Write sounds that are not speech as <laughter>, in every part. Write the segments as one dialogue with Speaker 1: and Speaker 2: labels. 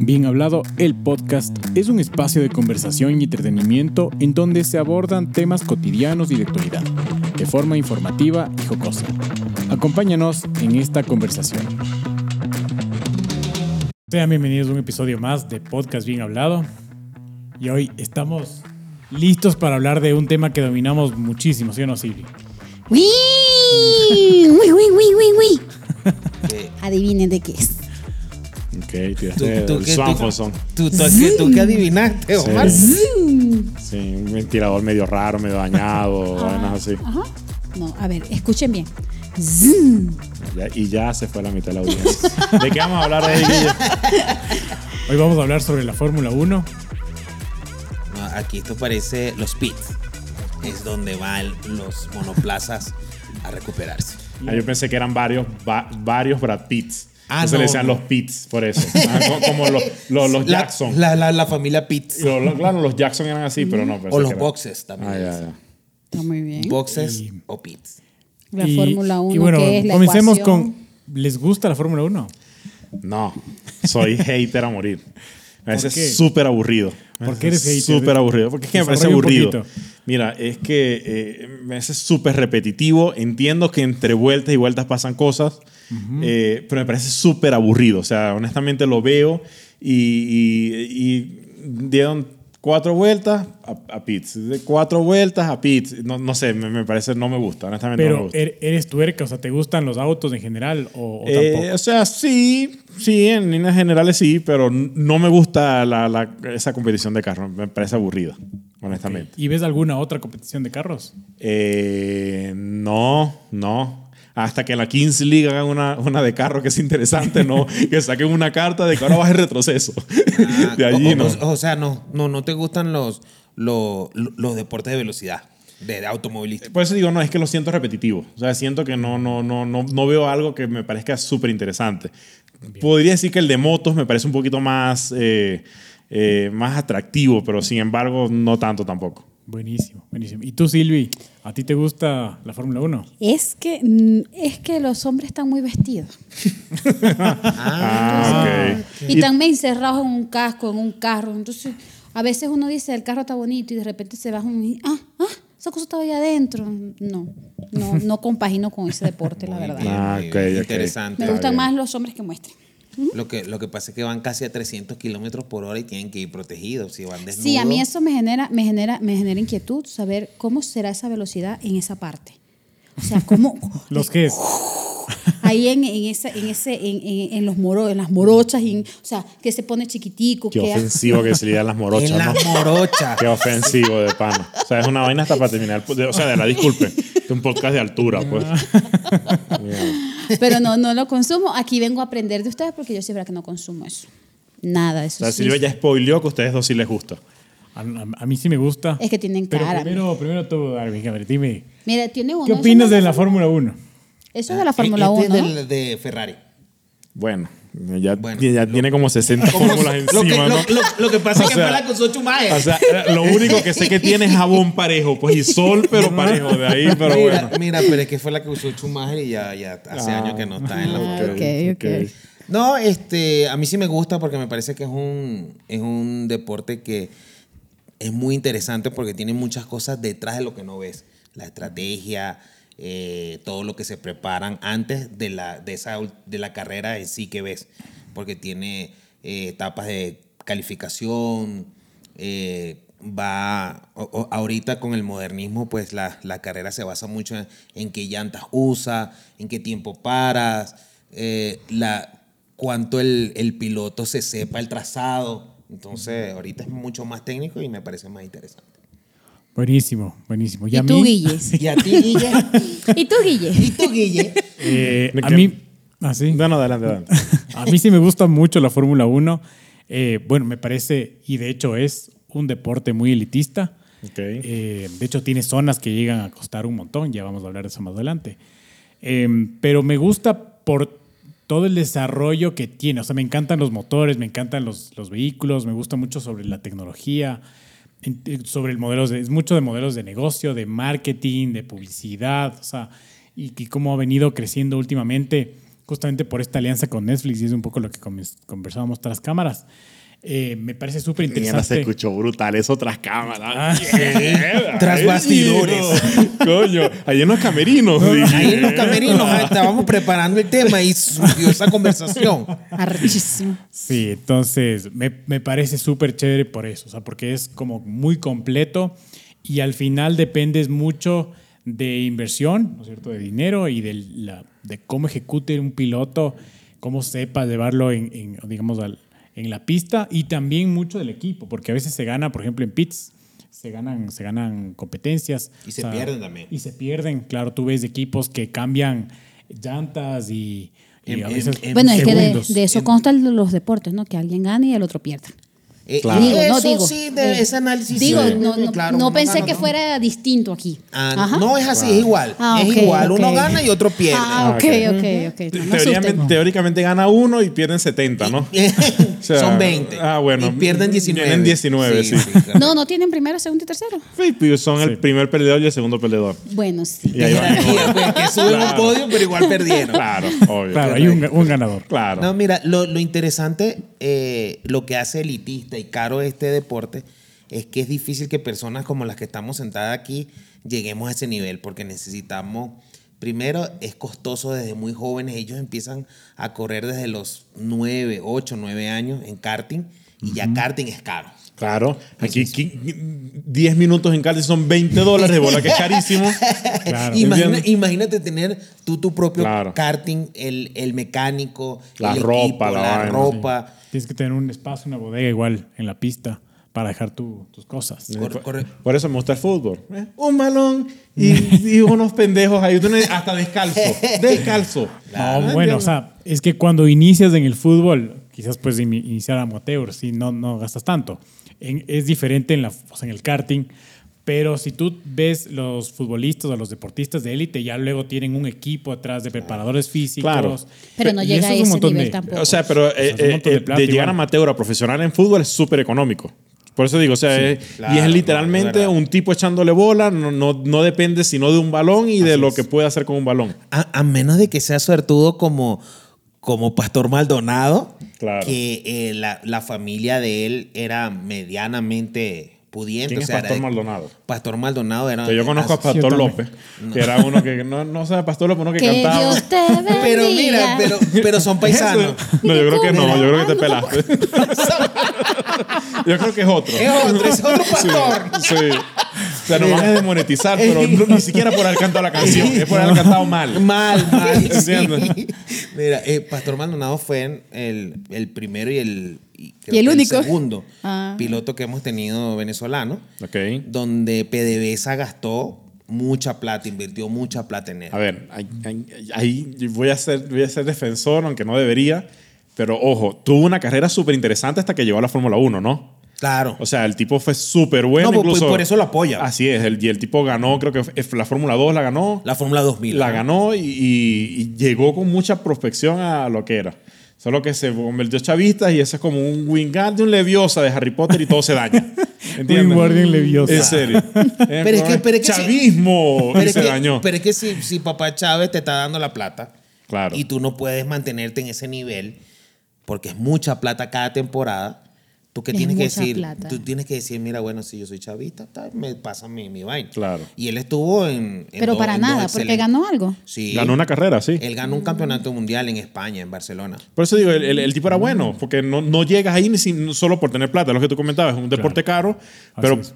Speaker 1: Bien Hablado, el podcast, es un espacio de conversación y entretenimiento en donde se abordan temas cotidianos y de actualidad, de forma informativa y jocosa. Acompáñanos en esta conversación. Sean bienvenidos a un episodio más de Podcast Bien Hablado. Y hoy estamos listos para hablar de un tema que dominamos muchísimo, ¿sí o no, Silvi?
Speaker 2: ¡Uy! ¡Uy, uy, uy, uy, uy! Adivinen de qué es.
Speaker 1: Ok, te
Speaker 3: Tú, tú,
Speaker 4: El
Speaker 3: que-
Speaker 4: Swan
Speaker 3: tú-
Speaker 4: Hudson.
Speaker 3: tú, tú que, tú que adivinaste, Omar.
Speaker 4: Sí, un ventilador medio raro,
Speaker 3: <laughs>
Speaker 4: medio dañado, vainas así.
Speaker 2: Ajá. No, a ver, escuchen bien. Zoom.
Speaker 4: Ya- y ya se fue la mitad de la audiencia.
Speaker 3: <laughs>
Speaker 4: ¿De qué vamos a hablar de
Speaker 1: Hoy vamos a hablar sobre la Fórmula 1.
Speaker 3: No, Ah, aquí esto parece los pits. Es donde van los monoplazas a recuperarse.
Speaker 4: Ah, yo pensé que eran varios, va- varios Brad Pitts.
Speaker 3: Ah,
Speaker 4: Entonces
Speaker 3: no.
Speaker 4: le decían los Pitts, por
Speaker 3: <laughs>
Speaker 4: eso. Ah, co- como los, los, los
Speaker 3: La-
Speaker 4: Jackson.
Speaker 3: La, la- la familia Pitts.
Speaker 4: Los- los- claro, los Jackson eran así, pero no. pensé
Speaker 3: o
Speaker 4: que
Speaker 3: los
Speaker 4: era-
Speaker 3: boxes también.
Speaker 4: Ah, ya, ya.
Speaker 2: Está muy bien.
Speaker 3: Boxes o pits.
Speaker 2: La
Speaker 1: Y-
Speaker 2: Fórmula
Speaker 1: y
Speaker 2: 1,
Speaker 1: bueno,
Speaker 2: que es la
Speaker 1: comencemos
Speaker 2: ecuación.
Speaker 1: con. ¿Les gusta la Fórmula 1?
Speaker 4: No,
Speaker 1: <laughs>
Speaker 4: soy hater a morir. Me parece
Speaker 1: qué?
Speaker 4: súper aburrido. Me
Speaker 1: ¿Por qué
Speaker 4: parece
Speaker 1: eres hater?
Speaker 4: Súper aburrido. Porque es que me parece
Speaker 1: Desarrolla un
Speaker 4: aburrido.
Speaker 1: poquito.
Speaker 4: Mira, es que eh, me parece súper repetitivo. Entiendo que entre vueltas y vueltas pasan cosas, eh, pero me parece súper aburrido. O sea, honestamente lo veo y, y- y dieron cuatro vueltas a, a Pitts. De Cuatro vueltas a Pitts. No, no sé, me, me parece, no me gusta. Honestamente Ah, no me
Speaker 1: Pero
Speaker 4: gusta.
Speaker 1: er- eres tuerca, o sea, ¿te gustan los autos en general o, o
Speaker 4: Eh,
Speaker 1: tampoco?
Speaker 4: o sea, sí, sí, en líneas generales sí, pero n- no me gusta la- la- esa competición de carros, me parece aburrida, honestamente.
Speaker 1: ¿Y ves alguna otra competición de carros?
Speaker 4: Eh, no, no. Hasta que en la Kings League hagan una, una de carro que es
Speaker 3: <laughs>
Speaker 4: interesante, no, que saquen una carta de que ahora vas en retroceso.
Speaker 3: Ah,
Speaker 4: <laughs> de allí
Speaker 3: o,
Speaker 4: no.
Speaker 3: o- o sea, no, no, no te gustan los, los, los deportes de velocidad, de, de automovilista.
Speaker 4: Por eso digo, no, es que lo siento repetitivo. O sea, siento que no, no, no, no, no veo algo que me parezca súper interesante. Podría decir que el de motos me parece un poquito más, eh, eh, más atractivo, pero sin embargo, no tanto tampoco.
Speaker 1: Buenísimo, buenísimo. ¿Y tú, Silvi? ¿A ti te gusta la Fórmula 1?
Speaker 2: Es que, mm, es que los hombres están muy vestidos.
Speaker 4: Ah, ok.
Speaker 2: Y están medio encerrados en un casco, en un carro. Entonces, a veces uno dice, el carro está bonito y de repente se baja un... y, Ah, ah, esa cosa estaba allá adentro. No, no, no compagino con ese deporte,
Speaker 3: <laughs>
Speaker 2: la verdad.
Speaker 4: bien. Ah,
Speaker 3: Muy
Speaker 4: ok, ok.
Speaker 3: Interesante.
Speaker 2: Me
Speaker 4: Está
Speaker 2: gustan
Speaker 4: bien.
Speaker 2: más los hombres que muestran.
Speaker 3: Lo que, lo que pasa es que van casi a 300 kilómetros por hora y tienen que ir protegidos. Si van desnudos.
Speaker 2: Sí, a mí eso me genera, me genera, me genera inquietud saber cómo será esa velocidad en esa parte. O sea,
Speaker 1: <laughs>
Speaker 2: cómo
Speaker 1: ¿Los qué es? <laughs>
Speaker 2: ahí en, en esa- en ese, en, en- en los moro, en las morochas, y en- o sea, que se pone chiquitico,
Speaker 4: Qué
Speaker 2: que
Speaker 4: ofensivo que se le dan las morochas,
Speaker 3: En
Speaker 4: ¿no?
Speaker 3: las morochas.
Speaker 4: <laughs> Qué ofensivo de pana. O sea, es una vaina hasta para terminar. el- O sea, de la disculpe. Es un podcast de altura, pues.
Speaker 2: <laughs> pero no, no lo consumo. Aquí vengo a aprender de ustedes porque yo siempre que no consumo eso. Nada,
Speaker 4: O
Speaker 2: eso
Speaker 4: sea,
Speaker 2: sí.
Speaker 4: Silvia ya spoileó que a ustedes dos sí les gusta.
Speaker 1: A, a- a mí sí me gusta.
Speaker 2: Es que tienen
Speaker 1: Pero
Speaker 2: cara.
Speaker 1: primero, primero tú, Darwin, a ver, dime.
Speaker 2: Mira, tiene uno.
Speaker 1: ¿Qué
Speaker 2: eso
Speaker 1: opinas
Speaker 2: no-
Speaker 1: de la Ah, Fórmula 1?
Speaker 2: Eso es de la Fórmula
Speaker 3: Este
Speaker 2: 1.
Speaker 3: es del- de Ferrari.
Speaker 4: Bueno, ya,
Speaker 3: Bueno,
Speaker 4: ya tiene como 60 fórmulas encima,
Speaker 3: lo, que,
Speaker 4: ¿no?
Speaker 3: lo- lo- lo que pasa
Speaker 4: O
Speaker 3: es que
Speaker 4: sea,
Speaker 3: fue la con Sochu Mae.
Speaker 4: O sea, lo único que sé que tiene es jabón parejo, pues y sol, pero parejo de ahí, pero
Speaker 3: mira,
Speaker 4: bueno.
Speaker 3: mira, pero es que fue la que usó Schumacher y ya, ya hace
Speaker 4: Ah.
Speaker 3: años que no está en la
Speaker 2: Ah,
Speaker 3: moto.
Speaker 2: ok, ok.
Speaker 3: No, este, a mí sí me gusta porque me parece que es un, es un deporte que es muy interesante porque tiene muchas cosas detrás de lo que no ves. La estrategia, eh, todo lo que se preparan antes de la, de esa, ul- de la carrera en sí que ves. Porque tiene eh, etapas de calificación, eh, va, o- o- ahorita con el modernismo, pues la, la carrera se basa mucho en, en qué llantas usa, en qué tiempo paras, eh, la, cuánto el, el piloto se sepa el trazado. Entonces, ahorita es mucho más técnico y me parece más interesante.
Speaker 1: Buenísimo, buenísimo.
Speaker 2: ¿Y
Speaker 1: a
Speaker 2: tú,
Speaker 1: mí?
Speaker 2: Guille?
Speaker 1: <laughs>
Speaker 3: Y a ti, Guille.
Speaker 2: ¿Y tú, Guille?
Speaker 3: Y tú, Guille.
Speaker 1: Eh,
Speaker 4: ¿De
Speaker 1: a
Speaker 4: qué?
Speaker 1: mí. Ah, sí.
Speaker 4: No, no, adelante, adelante.
Speaker 1: <laughs> a mí sí me gusta mucho la Fórmula 1. Eh, bueno, me parece, y de hecho es un deporte muy elitista.
Speaker 4: Ok.
Speaker 1: Eh, de hecho, tiene zonas que llegan a costar un montón, ya vamos a hablar de eso más adelante. Eh, pero me gusta por todo el desarrollo que tiene. O sea, me encantan los motores, me encantan los, los vehículos, me gusta mucho sobre la tecnología, en- eh, sobre el modelo, de- es mucho de modelos de negocio, de marketing, de publicidad, o sea, y, y cómo ha venido creciendo últimamente justamente por esta alianza con Netflix y es un poco lo que comis- conversábamos tras cámaras. Eh, me parece súper
Speaker 4: Mierda, se
Speaker 1: interesante.
Speaker 4: escuchó brutal eso tras cámara.
Speaker 3: Tras bastidores.
Speaker 4: Coño, ahí en los camerinos. dije.
Speaker 3: Ahí
Speaker 4: <laughs>
Speaker 3: en los camerinos ah, estábamos preparando el tema y surgió esa conversación.
Speaker 2: Arrechísimo.
Speaker 1: Sí, entonces me, me parece súper chévere por eso, o sea, porque es como muy completo y al final dependes mucho de inversión, ¿no es cierto?, de dinero y de, la, de cómo ejecute un piloto, cómo sepa llevarlo en, en, digamos, al- en la pista y también mucho del equipo, porque a veces se gana, por ejemplo, en pits, se ganan, se ganan competencias.
Speaker 3: Y se pierden también.
Speaker 1: Y se pierden, claro, tú ves equipos que cambian llantas y... y
Speaker 3: En-
Speaker 1: a
Speaker 3: en-
Speaker 1: veces
Speaker 3: en
Speaker 2: Bueno, es que de,
Speaker 1: segundos.
Speaker 2: de eso constan los deportes, ¿no? Que alguien gane y el otro pierda.
Speaker 3: Eh,
Speaker 4: Claro.
Speaker 2: Digo, no,
Speaker 3: eso
Speaker 2: digo.
Speaker 3: sí, de
Speaker 2: Eh,
Speaker 3: ese análisis.
Speaker 2: Digo,
Speaker 3: sí.
Speaker 2: no, no-
Speaker 3: Claro,
Speaker 2: no
Speaker 3: uno
Speaker 2: pensé
Speaker 3: gana,
Speaker 2: que
Speaker 3: ¿no?
Speaker 2: fuera distinto aquí.
Speaker 3: Ah,
Speaker 2: Ajá.
Speaker 3: no es así, es igual.
Speaker 2: Ah,
Speaker 3: es
Speaker 2: ok,
Speaker 3: igual. Uno
Speaker 2: ok.
Speaker 3: gana y otro pierde.
Speaker 2: Ah, ok, ok, ok. No me
Speaker 4: Teóricamente,
Speaker 2: asusten.
Speaker 4: teóricamente gana uno y pierden
Speaker 3: <laughs>
Speaker 4: 70, ¿no? O sea,
Speaker 3: Son 20.
Speaker 4: Ah, bueno.
Speaker 3: Y pierden 19.
Speaker 4: Pierden 19, sí.
Speaker 3: claro.
Speaker 2: No, no tienen primero, segundo y tercero.
Speaker 4: Sí, pues Son el primer perdedor y el segundo perdedor.
Speaker 2: Bueno, sí.
Speaker 4: Y
Speaker 3: <laughs>
Speaker 4: ahí van.
Speaker 3: Jerarquía, pues, que suben un
Speaker 4: Claro.
Speaker 3: podio, pero igual perdieron.
Speaker 4: Claro, obvio.
Speaker 1: Claro,
Speaker 4: Claro.
Speaker 1: hay un, un ganador.
Speaker 3: No, mira, lo, lo interesante, eh, lo que hace elitista y caro este deporte es que es difícil que personas como las que estamos sentadas aquí lleguemos a ese nivel, porque necesitamos, primero, es costoso desde muy jóvenes, ellos empiezan a correr desde los 9, 8, 9 años en karting, y ya karting es caro.
Speaker 4: Claro. Aquí qui- 10 minutos en Cali son 20 dólares, de bola que es carísimo.
Speaker 1: Claro.
Speaker 3: <laughs> Imagina-
Speaker 4: ¿Entiendes?
Speaker 3: imagínate tener tú tu propio
Speaker 4: Claro.
Speaker 3: karting, el, el mecánico,
Speaker 4: La
Speaker 3: el
Speaker 4: ropa,
Speaker 3: equipo,
Speaker 4: la
Speaker 3: la
Speaker 4: vaina,
Speaker 3: ropa.
Speaker 1: Tienes que tener un espacio, una bodega igual en la pista para dejar tu- tus cosas.
Speaker 3: Corre- corre-
Speaker 4: Por eso me gusta el fútbol. ¿eh? Un balón y, y unos pendejos ahí. tú no- Hasta descalzo. Descalzo. Ah,
Speaker 1: No, bueno, o sea, es que cuando inicias en el fútbol, quizás puedes ini- iniciar amateur, si no, no gastas tanto. En- es diferente en, la, o sea, en el karting, pero si tú ves los futbolistas o los deportistas de élite, ya luego tienen un equipo atrás de preparadores físicos.
Speaker 4: Claro.
Speaker 2: Pero no
Speaker 1: Y
Speaker 2: llega
Speaker 1: eso
Speaker 2: a
Speaker 1: es un
Speaker 2: ese
Speaker 1: montón
Speaker 2: nivel
Speaker 1: de-
Speaker 2: tampoco.
Speaker 4: O sea, pero
Speaker 1: sea, es
Speaker 4: eh,
Speaker 1: un montón
Speaker 4: eh,
Speaker 1: de
Speaker 4: de,
Speaker 1: plata
Speaker 4: llegar
Speaker 1: igual.
Speaker 4: amateur a profesional en fútbol es súper económico. Por eso digo, o sea, es-
Speaker 3: claro,
Speaker 4: y es
Speaker 3: no, es
Speaker 4: literalmente
Speaker 3: verdad.
Speaker 4: un tipo echándole bola, no, no, no depende sino de un balón y de lo que puede hacer con un balón.
Speaker 3: A, a menos de que sea suertudo como, como Pastor Maldonado,
Speaker 4: Claro.
Speaker 3: que eh, la, la familia de él era medianamente pudiente.
Speaker 4: ¿Quién
Speaker 3: o
Speaker 4: es
Speaker 3: sea, era
Speaker 4: Pastor
Speaker 3: de-
Speaker 4: Maldonado?
Speaker 3: Pastor Maldonado era...
Speaker 4: Que yo conozco a
Speaker 3: era-
Speaker 4: Pastor
Speaker 1: yo
Speaker 4: López, que era uno que, no, no sabe Pastor López, uno que,
Speaker 2: que
Speaker 4: cantaba.
Speaker 2: Dios te bendiga.
Speaker 3: <laughs> Pero mira, pero, pero
Speaker 4: <laughs>
Speaker 3: son paisanos.
Speaker 4: No, yo creo que no,
Speaker 2: ¿Cómo?
Speaker 4: yo creo que te
Speaker 2: Ah, no.
Speaker 4: pelaste. yo creo que es otro.
Speaker 3: es otro, es otro pastor.
Speaker 4: Sí. O sea, nomás es desmonetizar, pero no- ni siquiera por haber cantado la canción, es por haber cantado mal.
Speaker 3: Mal,
Speaker 4: <laughs>
Speaker 3: mal. sí.
Speaker 4: Entiendo.
Speaker 3: Mira, eh, Pastor Maldonado fue el, el primero y el, y creo
Speaker 2: Y el
Speaker 3: que
Speaker 2: único.
Speaker 3: segundo
Speaker 2: Ah.
Speaker 3: piloto que hemos tenido venezolano.
Speaker 4: Ok.
Speaker 3: donde PDVSA gastó mucha plata, invirtió mucha plata en él.
Speaker 4: A ver, ahí, ahí- ahí voy, a ser, voy a ser defensor, aunque no debería. Pero ojo, tuvo una carrera súper interesante hasta que llegó a la Fórmula 1, ¿no?
Speaker 3: Claro.
Speaker 4: O sea, el tipo fue súper bueno.
Speaker 3: No, pues,
Speaker 4: incluso-
Speaker 3: por eso lo apoya.
Speaker 4: Así es, el, y el tipo ganó, creo que f- la Fórmula 2 la ganó.
Speaker 3: la Fórmula 2000.
Speaker 4: La ganó y, y- y llegó con mucha prospección a lo que era. Solo que se convirtió chavista y eso es como un Wingardium Leviosa de Harry Potter y todo se <laughs> daña. ¿Entiendes?
Speaker 1: Wingardium Leviosa.
Speaker 4: En serio.
Speaker 3: <laughs> Pero es que- pero es que sí.
Speaker 4: Chavismo
Speaker 3: Pero
Speaker 4: y
Speaker 3: es,
Speaker 4: se
Speaker 3: que,
Speaker 4: dañó.
Speaker 3: pero es que si, si papá Chávez te está dando la plata
Speaker 4: Claro.
Speaker 3: y tú no puedes mantenerte en ese nivel, porque es mucha plata cada temporada, tú que
Speaker 2: Es
Speaker 3: tienes que
Speaker 2: mucha
Speaker 3: decir,
Speaker 2: plata.
Speaker 3: tú tienes que decir, mira, bueno, si yo soy chavista, tal, me pasa mi, mi vaina.
Speaker 4: Claro.
Speaker 3: Y él estuvo en... en
Speaker 2: Pero
Speaker 3: dos-
Speaker 2: para
Speaker 3: en dos
Speaker 2: nada, porque
Speaker 3: excelentes-
Speaker 2: ganó algo.
Speaker 3: Sí.
Speaker 4: Ganó una carrera, sí.
Speaker 3: Él ganó un campeonato mundial en España, en Barcelona.
Speaker 4: Por eso digo, el, el- el tipo
Speaker 1: Mm.
Speaker 4: era bueno, porque no, no llegas ahí ni sin- solo por tener plata, lo que tú comentabas, es un deporte caro, pero
Speaker 1: Así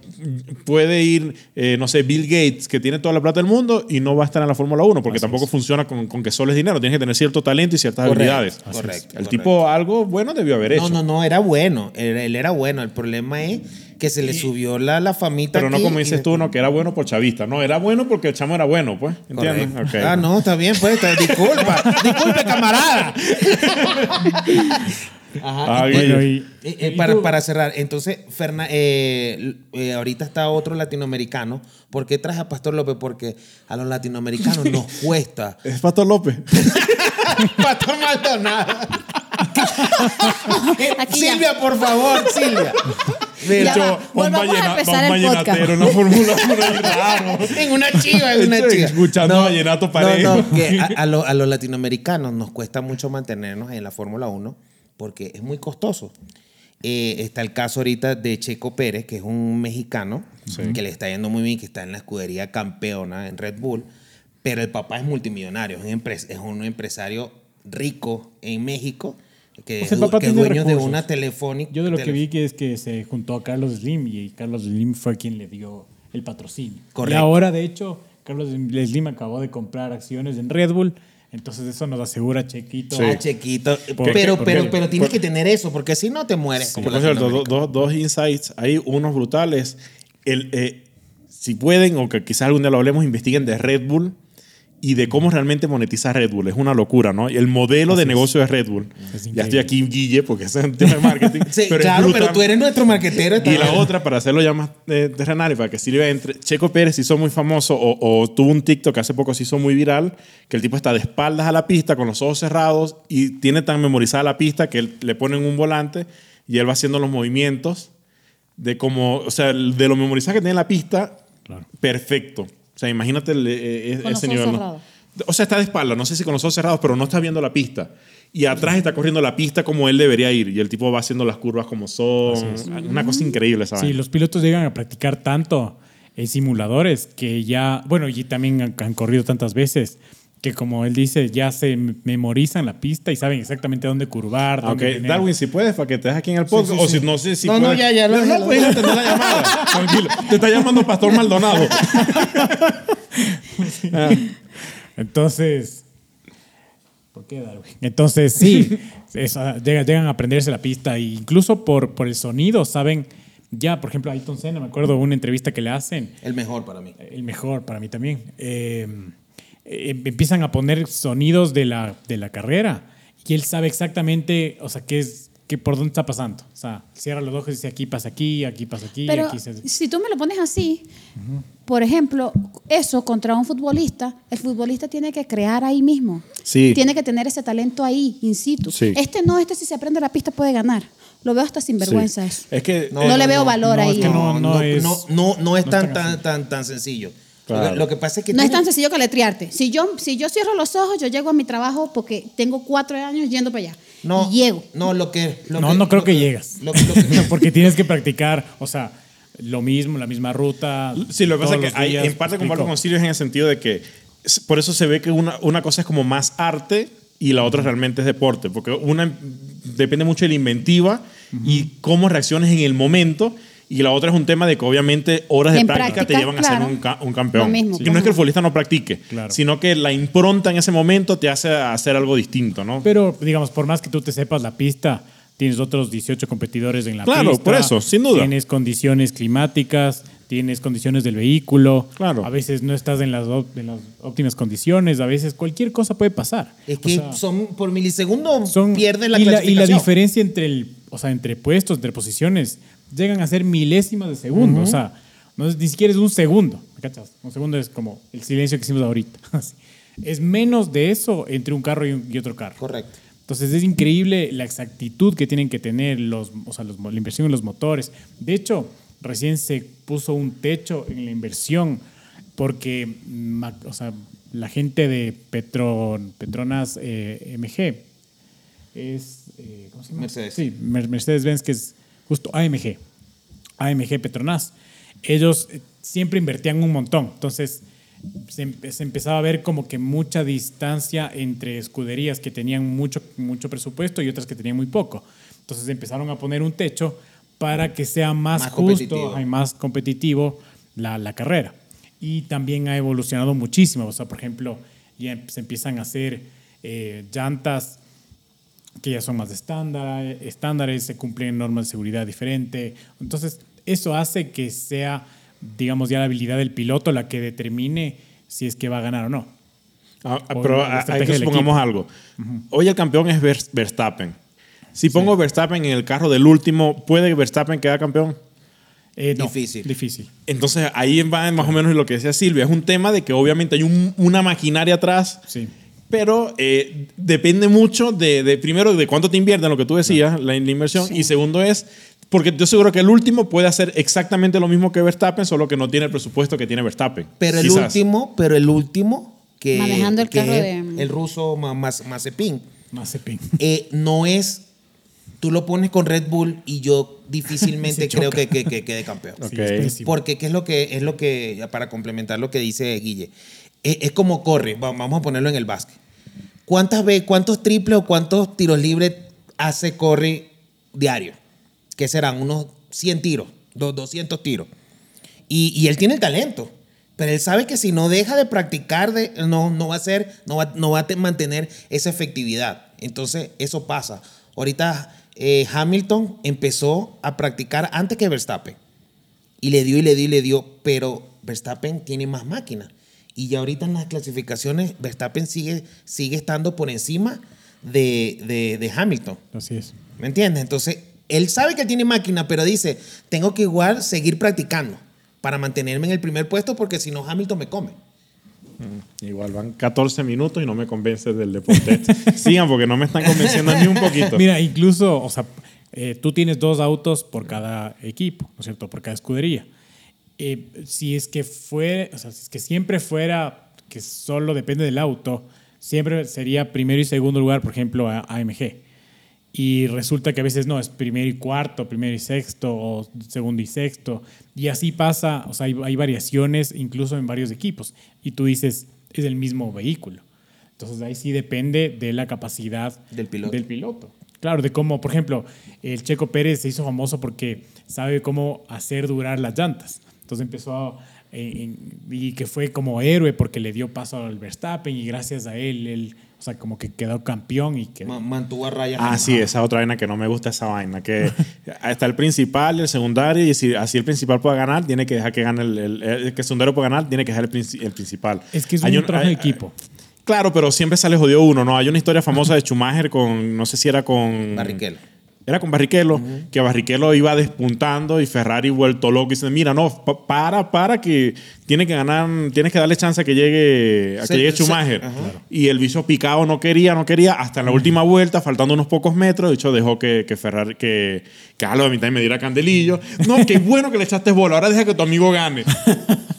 Speaker 4: puede ir, eh, no sé, Bill Gates, que tiene toda la plata del mundo y no va a estar en la Fórmula 1, porque tampoco funciona con, con que solo es dinero, tienes que tener cierto talento y ciertas
Speaker 3: Correcto,
Speaker 4: habilidades.
Speaker 3: Así es. correcto,
Speaker 4: El tipo algo bueno debió haber hecho,
Speaker 3: No, no, no, era bueno. Él, él era bueno. El problema es que se le subió la, la famita.
Speaker 4: pero no
Speaker 3: aquí eh,
Speaker 4: como
Speaker 3: y
Speaker 4: dices tú,
Speaker 3: después-
Speaker 4: no, que era bueno por chavista, no, era bueno porque el chamo era bueno, pues, ¿entiendes?
Speaker 3: Correcto.
Speaker 4: Ok.
Speaker 3: Ah, no, está bien, pues. está- disculpa, disculpe, camarada. Ajá.
Speaker 4: Ah,
Speaker 1: Bueno,
Speaker 4: y-
Speaker 1: y-
Speaker 3: Eh, eh, para, para cerrar, entonces, Ferna, eh, l- eh, ahorita está otro latinoamericano. ¿Por qué traje a Pastor López? Porque a los latinoamericanos nos cuesta.
Speaker 4: Es
Speaker 3: <laughs>
Speaker 4: Pastor López.
Speaker 3: Pastor <laughs> Maldonado.
Speaker 2: Aquí ya.
Speaker 3: Silvia, por favor, Silvia.
Speaker 1: De
Speaker 2: Ya
Speaker 1: hecho,
Speaker 2: va,
Speaker 1: un,
Speaker 2: volvamos a
Speaker 1: ballena-
Speaker 2: empezar
Speaker 1: un
Speaker 2: el podcast.
Speaker 1: vallenatero, una fórmula por
Speaker 4: <laughs>
Speaker 1: ahí raro.
Speaker 3: <laughs> En una chiva, en una
Speaker 4: Estoy
Speaker 3: chiva.
Speaker 4: escuchando vallenato parejo.
Speaker 3: No, no,
Speaker 1: <laughs>
Speaker 3: que a, a lo- a los latinoamericanos nos cuesta mucho mantenernos en la Fórmula 1 porque es muy costoso. Eh, está el caso ahorita de Checo Pérez, que es un mexicano que le está yendo muy bien, que está en la escudería campeona en Red Bull, pero el papá es multimillonario, es un, empres- es un empresario rico en México, que,
Speaker 1: O sea,
Speaker 3: es,
Speaker 1: el
Speaker 3: du-
Speaker 1: papá
Speaker 3: que es
Speaker 1: tiene
Speaker 3: dueño de
Speaker 1: recursos.
Speaker 3: una telefónica.
Speaker 1: Yo de lo que vi que es que se juntó a Carlos Slim y Carlos Slim fue quien le dio el patrocinio.
Speaker 3: Correcto.
Speaker 1: Y ahora, de hecho, Carlos Slim acabó de comprar acciones en Red Bull, entonces eso nos asegura Chequito.
Speaker 4: Sí.
Speaker 3: Ah, chiquito.
Speaker 1: ¿Por
Speaker 3: Pero,
Speaker 1: qué?
Speaker 3: pero,
Speaker 1: ¿Por qué?
Speaker 3: pero tienes
Speaker 4: Por-
Speaker 3: que tener eso, porque si no te mueres. como
Speaker 4: Por cierto, do-
Speaker 3: Latinoamérica.
Speaker 4: dos, dos insights. Hay unos brutales. El, eh, si pueden, o que quizás algún día lo hablemos, investiguen de Red Bull y de cómo realmente monetiza Red Bull. Es una locura, ¿no? Y El modelo de negocio de Red Bull.
Speaker 1: Es
Speaker 4: ya
Speaker 1: increíble.
Speaker 4: estoy aquí, Guille, porque es un tema de marketing.
Speaker 3: <laughs> Sí,
Speaker 4: pero es
Speaker 3: claro, pero
Speaker 4: brutal.
Speaker 3: tú eres nuestro marquetero.
Speaker 4: Y
Speaker 3: está
Speaker 4: la
Speaker 3: bien.
Speaker 4: otra, para hacerlo ya más eh, terrenal y para que sirva entre Checo Pérez, se hizo muy famoso o, o tuvo un TikTok que hace poco se hizo muy viral, que el tipo está de espaldas a la pista con los ojos cerrados y tiene tan memorizada la pista que él- le ponen un volante y él va haciendo los movimientos de como, o sea, el- de lo memorizada que tiene la pista,
Speaker 1: Claro.
Speaker 4: perfecto. O sea, imagínate el, eh, eh,
Speaker 2: Con los
Speaker 4: ese
Speaker 2: ojos
Speaker 4: nivel. ¿no?
Speaker 2: cerrados.
Speaker 4: O sea, está de espalda, no sé si con los ojos cerrados, pero no está viendo la pista. Y atrás está corriendo la pista como él debería ir. Y el tipo va haciendo las curvas como son. Una cosa
Speaker 3: Mm.
Speaker 4: increíble, ¿sabes?
Speaker 1: Sí, los pilotos llegan a practicar tanto en simuladores que ya, bueno, y también han, han corrido tantas veces que como él dice, ya se m- memorizan la pista y saben exactamente dónde curvar.
Speaker 4: Ah, ok.
Speaker 1: dónde tener-
Speaker 4: Darwin, si puedes, para que te dejes aquí en el podcast.
Speaker 3: sí, sí.
Speaker 4: O si no sé si.
Speaker 3: No, no,
Speaker 4: puedes-
Speaker 3: ya, ya,
Speaker 4: No,
Speaker 3: lo-
Speaker 4: no,
Speaker 3: lo-
Speaker 4: puedes atender la llamada.
Speaker 3: <laughs>
Speaker 4: Tranquilo. Te está llamando Pastor Maldonado.
Speaker 1: Entonces. ¿Por qué Darwin? Entonces, <laughs> sí, es, ah, llega- llegan a aprenderse la pista e incluso por, por el sonido, saben. Ya, por ejemplo, Ayrton Senna, me acuerdo una entrevista que le hacen,
Speaker 3: El mejor para mí.
Speaker 1: el mejor para mí también. eh, eh, empiezan a poner sonidos de la, de la carrera y él sabe exactamente, o sea, qué es, qué, por dónde está pasando. O sea, cierra los ojos y dice aquí pasa aquí, aquí pasa aquí,
Speaker 2: Pero
Speaker 1: aquí se.
Speaker 2: si tú me lo pones así, por ejemplo, eso contra un futbolista, el futbolista tiene que crear ahí mismo.
Speaker 4: Sí.
Speaker 2: Tiene que tener ese talento ahí, in situ.
Speaker 4: Sí.
Speaker 2: Este no, este si se aprende la pista puede ganar. Lo veo hasta sin vergüenza eso.
Speaker 4: Es que.
Speaker 2: No, le veo valor
Speaker 1: no,
Speaker 2: ahí.
Speaker 1: es que no, es-
Speaker 3: no, no- no es
Speaker 1: no
Speaker 3: tan,
Speaker 1: es tan
Speaker 3: tan, tan, tan sencillo.
Speaker 4: Claro.
Speaker 3: Lo, que, lo que pasa es que.
Speaker 2: No es
Speaker 3: tiene-
Speaker 2: tan sencillo caletriarte. Si yo, si yo cierro los ojos, yo llego a mi trabajo porque tengo cuatro años yendo para allá.
Speaker 3: No,
Speaker 2: Y llego.
Speaker 3: No, lo que. lo
Speaker 1: no, no creo
Speaker 3: lo
Speaker 1: que llegas. <laughs>
Speaker 3: lo- lo <laughs> que-
Speaker 1: Porque tienes que practicar, o sea, lo mismo, la misma ruta.
Speaker 4: Sí, lo que pasa
Speaker 1: todos
Speaker 4: es que
Speaker 1: los
Speaker 4: hay-
Speaker 1: días,
Speaker 4: en parte
Speaker 1: explico.
Speaker 4: comparto con Silvio en el sentido de que es- por eso se ve que una, una cosa es como más arte y la otra realmente es deporte, porque una em, depende mucho de la inventiva y cómo reacciones en el momento. Y la otra es un tema de que obviamente horas de
Speaker 2: En
Speaker 4: práctica, te
Speaker 2: práctica,
Speaker 4: llevan a
Speaker 2: claro.
Speaker 4: ser un, ca- un campeón.
Speaker 2: Lo mismo,
Speaker 4: que
Speaker 2: pues,
Speaker 4: no es que el
Speaker 2: no.
Speaker 4: futbolista no practique,
Speaker 1: Claro.
Speaker 4: sino que la impronta en ese momento te hace hacer algo distinto, ¿no?
Speaker 1: Pero, digamos, por más que tú te sepas la pista, tienes otros 18 competidores en la
Speaker 4: Claro,
Speaker 1: pista.
Speaker 4: por eso, sin duda.
Speaker 1: Tienes condiciones climáticas, tienes condiciones del vehículo.
Speaker 4: Claro.
Speaker 1: A veces no estás en las, op- en las óptimas condiciones, a veces cualquier cosa puede pasar.
Speaker 3: es
Speaker 1: O
Speaker 3: que
Speaker 1: sea,
Speaker 3: son por milisegundo
Speaker 1: son-
Speaker 3: pierde la
Speaker 1: y la, y la
Speaker 3: clasificación.
Speaker 1: diferencia entre, el, o sea, entre puestos, entre posiciones, llegan a ser milésimas de segundo. O sea, no es- ni siquiera es un segundo. ¿Me cachas? Un segundo es como el silencio que hicimos ahorita. <laughs> Así. es menos de eso entre un carro y, un- y otro carro.
Speaker 3: Correcto.
Speaker 1: Entonces es increíble la exactitud que tienen que tener los, o sea, los mo- la inversión en los motores. De hecho, recién se puso un techo en la inversión porque mm, ma- o sea, la gente de Petron, Petronas eh, MG es... eh, ¿Cómo se llama?
Speaker 3: Mercedes.
Speaker 1: Sí, Mer- Mercedes-Benz, que es justo AMG. AMG Petronas. Ellos eh, siempre invertían un montón. Entonces se, empe- se empezaba a ver como que mucha distancia entre escuderías que tenían mucho, mucho presupuesto y otras que tenían muy poco. Entonces empezaron a poner un techo para que sea más,
Speaker 3: Más competitivo.
Speaker 1: justo ajá, y más competitivo la, la carrera. Y también ha evolucionado muchísimo. O sea, por ejemplo, ya em- se empiezan a hacer eh, llantas que ya son más estándar, estándares, se cumplen normas de seguridad diferente. Entonces, eso hace que sea, digamos, ya la habilidad del piloto la que determine si es que va a ganar o no.
Speaker 4: Ah, ah,
Speaker 1: O
Speaker 4: pero
Speaker 1: la
Speaker 4: ah, hay
Speaker 1: estrategia
Speaker 4: que
Speaker 1: del
Speaker 4: supongamos algo. Hoy el campeón es Vers- Verstappen. Si pongo Verstappen en el carro del último, ¿puede Verstappen quedar campeón?
Speaker 1: Eh, no,
Speaker 3: Difícil.
Speaker 1: Difícil.
Speaker 4: Entonces ahí va más o menos lo que decía Silvia. Es un tema de que obviamente hay un- una maquinaria atrás,
Speaker 1: Sí.
Speaker 4: pero eh, depende mucho de, de, primero de cuánto te invierten, lo que tú decías, la, la inversión, y segundo es Porque yo seguro que el último puede hacer exactamente lo mismo que Verstappen, solo que no tiene el presupuesto que tiene Verstappen.
Speaker 3: Pero el
Speaker 4: Quizás.
Speaker 3: último, pero el último, que,
Speaker 2: Manejando el
Speaker 3: que
Speaker 2: carro
Speaker 3: es
Speaker 2: de-
Speaker 3: el ruso Ma- Ma- Mazepin,
Speaker 1: Mazepin.
Speaker 3: eh, no es, tú lo pones con Red Bull y yo <laughs> difícilmente creo que, que- que quede campeón.
Speaker 4: Ok.
Speaker 1: Sí, es pésimo.
Speaker 3: Porque qué es lo que es lo que para complementar lo que dice Guille, e, es, es como corre, va- vamos a ponerlo en el básquet. ¿Cuántas ve- cuántos triples o cuántos tiros libres hace corre diario? Que serán unos 100 tiros, do- 200 tiros. Y, y él tiene el talento, pero él sabe que si no deja de practicar de- no no va a ser no va, no va a te- mantener esa efectividad. Entonces, eso pasa. Ahorita eh, Hamilton empezó a practicar antes que Verstappen. Y le dio y le dio y le dio, pero Verstappen tiene más máquina. Y ya ahorita en las clasificaciones, Verstappen sigue, sigue estando por encima de, de- de Hamilton.
Speaker 1: Así es.
Speaker 3: ¿Me entiendes? Entonces, él sabe que tiene máquina, pero dice, tengo que igual seguir practicando para mantenerme en el primer puesto porque si no Hamilton me come.
Speaker 4: Igual van 14 minutos y no me convences del deporte. <laughs> Sigan porque no me están convenciendo ni un poquito.
Speaker 1: Mira, incluso, o sea, eh, tú tienes dos autos por cada equipo, ¿no es cierto? Por cada escudería. Eh, si es que fue, o sea, si es que siempre fuera que solo depende del auto, siempre sería primero y segundo lugar, por ejemplo, a- AMG. Y resulta que a veces no, es primero y cuarto, primero y sexto, o segundo y sexto. Y así pasa, o sea, hay, hay variaciones incluso en varios equipos. Y tú dices, es el mismo vehículo. Entonces ahí sí depende de la capacidad
Speaker 3: Del piloto.
Speaker 1: del piloto. Claro, de cómo, por ejemplo, el Checo Pérez se hizo famoso porque sabe cómo hacer durar las llantas. Entonces empezó a- en- en- y que fue como héroe porque le dio paso al Verstappen y gracias a él, él, o sea, como que quedó campeón y que
Speaker 3: Ma- Mantuvo a raya. a
Speaker 4: Ah, sí,
Speaker 3: Hamilton.
Speaker 4: esa es otra vaina que no me gusta esa vaina. Que está el principal, el secundario, y si así el principal puede ganar, tiene que dejar que gane el, el- el que el secundario pueda ganar, tiene que dejar el, princi- el principal.
Speaker 1: es que es un,
Speaker 4: Hay
Speaker 1: trabajo de
Speaker 4: hay-
Speaker 1: equipo.
Speaker 4: Claro, pero siempre sale jodido uno, ¿no? Hay una historia famosa de Schumacher con, no sé si era con...
Speaker 3: Barrichello.
Speaker 4: Era con Barrichello, que Barrichello iba despuntando y Ferrari vuelto loco y dice, mira, no, pa- para, para, que tiene que ganar, tienes que darle chance a que llegue, a
Speaker 3: Se-
Speaker 4: que llegue
Speaker 3: se-
Speaker 4: Schumacher.
Speaker 3: ajá. Claro.
Speaker 4: Y el bicho picado no quería, no quería, hasta en la última vuelta, faltando unos pocos metros, de hecho dejó que, que Ferrari, que, que a la mitad y me diera candelillo. No, qué bueno que le echaste bola, ahora deja que tu amigo gane.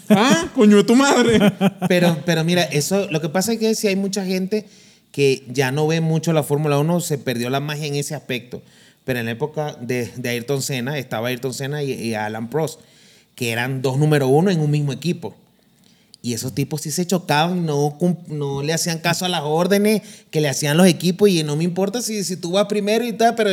Speaker 4: ah, coño de tu madre.
Speaker 3: Pero, pero mira, eso, lo que pasa es que si hay mucha gente que ya no ve mucho la Fórmula 1, se perdió la magia en ese aspecto. Pero en la época de, de Ayrton Senna, estaba Ayrton Senna y, y Alan Prost, que eran dos número uno en un mismo equipo. Y esos tipos sí se chocaban, no, cum- no le hacían caso a las órdenes que le hacían los equipos. Y no me importa si, si tú vas primero y tal, pero